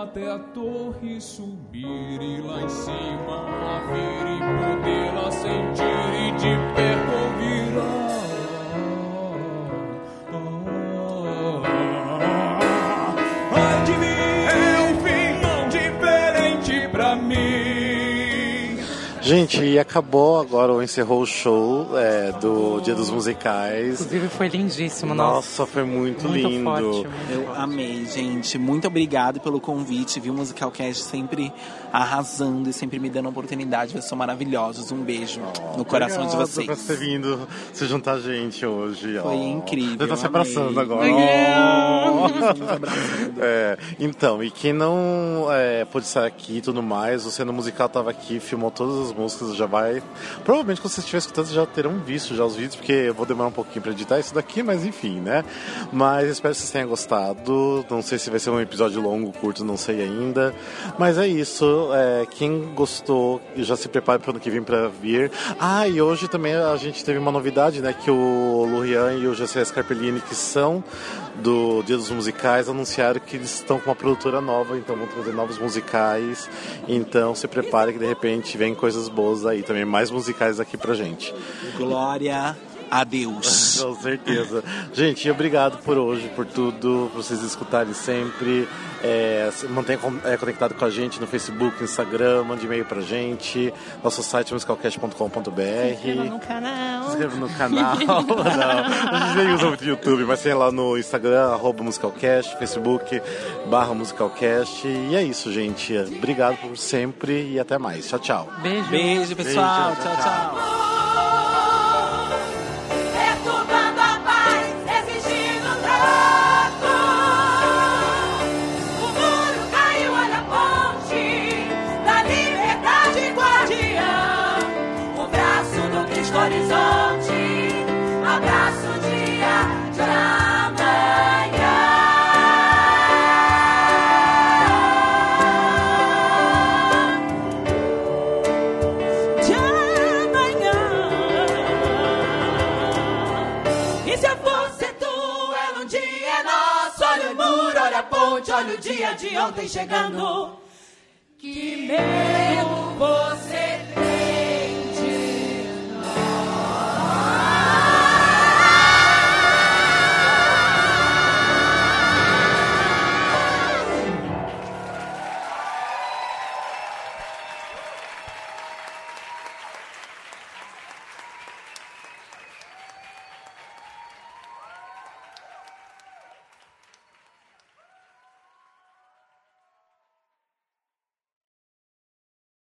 S18: até a torre subir e lá em cima a ver e poder a sentir e de perto ouvir. Ah, ah, ah. Ai de mim, é um fim tão diferente pra mim.
S2: Gente, e acabou agora, ou encerrou o show é, do Dia dos Musicais.
S3: Inclusive foi lindíssimo,
S2: Nossa, foi muito, lindo.
S4: Eu amei, gente. Muito obrigado pelo convite, viu? Musicalcast sempre arrasando e sempre me dando oportunidade. Vocês são maravilhosos. Um beijo no coração de
S2: Obrigado
S4: vocês.
S2: por ter vindo se juntar a gente hoje. ó.
S4: Foi incrível,
S2: Você tá se
S4: amei.
S2: abraçando agora.
S4: Obrigado.
S2: Ó.
S4: Estamos
S2: É, então, e quem não é, pôde estar aqui e tudo mais, o Cena Musical tava aqui, filmou todas as músicas, já vai. Provavelmente quando vocês estiverem escutando, já terão visto já os vídeos, porque eu vou demorar um pouquinho pra editar isso daqui, mas enfim, né? Mas espero que vocês tenham gostado. Não sei se vai ser um episódio longo, curto, não sei ainda. Mas é isso. é, quem gostou, já se prepare pro ano que vem pra vir. Ah, e hoje também a gente teve uma novidade, né? Que o Lurian e o José Scarpellini, que são do Dia dos Musicais, anunciaram que eles estão com uma produtora nova, então vão trazer novos musicais. Então se prepare que de repente vem coisas boas aí também, mais musicais aqui pra gente.
S4: Glória a Deus.
S2: Com certeza. Gente, obrigado por hoje, por tudo, por vocês escutarem sempre. É, se mantenha con- é, conectado com a gente no Facebook, no Instagram, mande e-mail pra gente. Nosso site é musicalcast.com.br.
S3: canal.
S2: Se inscreva no canal. Não, a gente nem usa muito YouTube, mas tem lá no Instagram, arroba musicalcast, Facebook, barra musicalcast. E é isso, gente. Obrigado por sempre e até mais. Tchau, tchau.
S3: Beijo.
S4: Beijo, pessoal.
S2: Beijo, tchau,
S4: tchau. tchau.
S10: Perturbando a paz, exigindo um trato. O muro caiu, olha a ponte, da liberdade guardiã. O braço do Cristo Horizonte, abraço o dia de amanhã. De E se a força é tua, ela um dia é nossa. Olha o muro, olha a ponte, olha o dia de ontem chegando. Que medo você tem.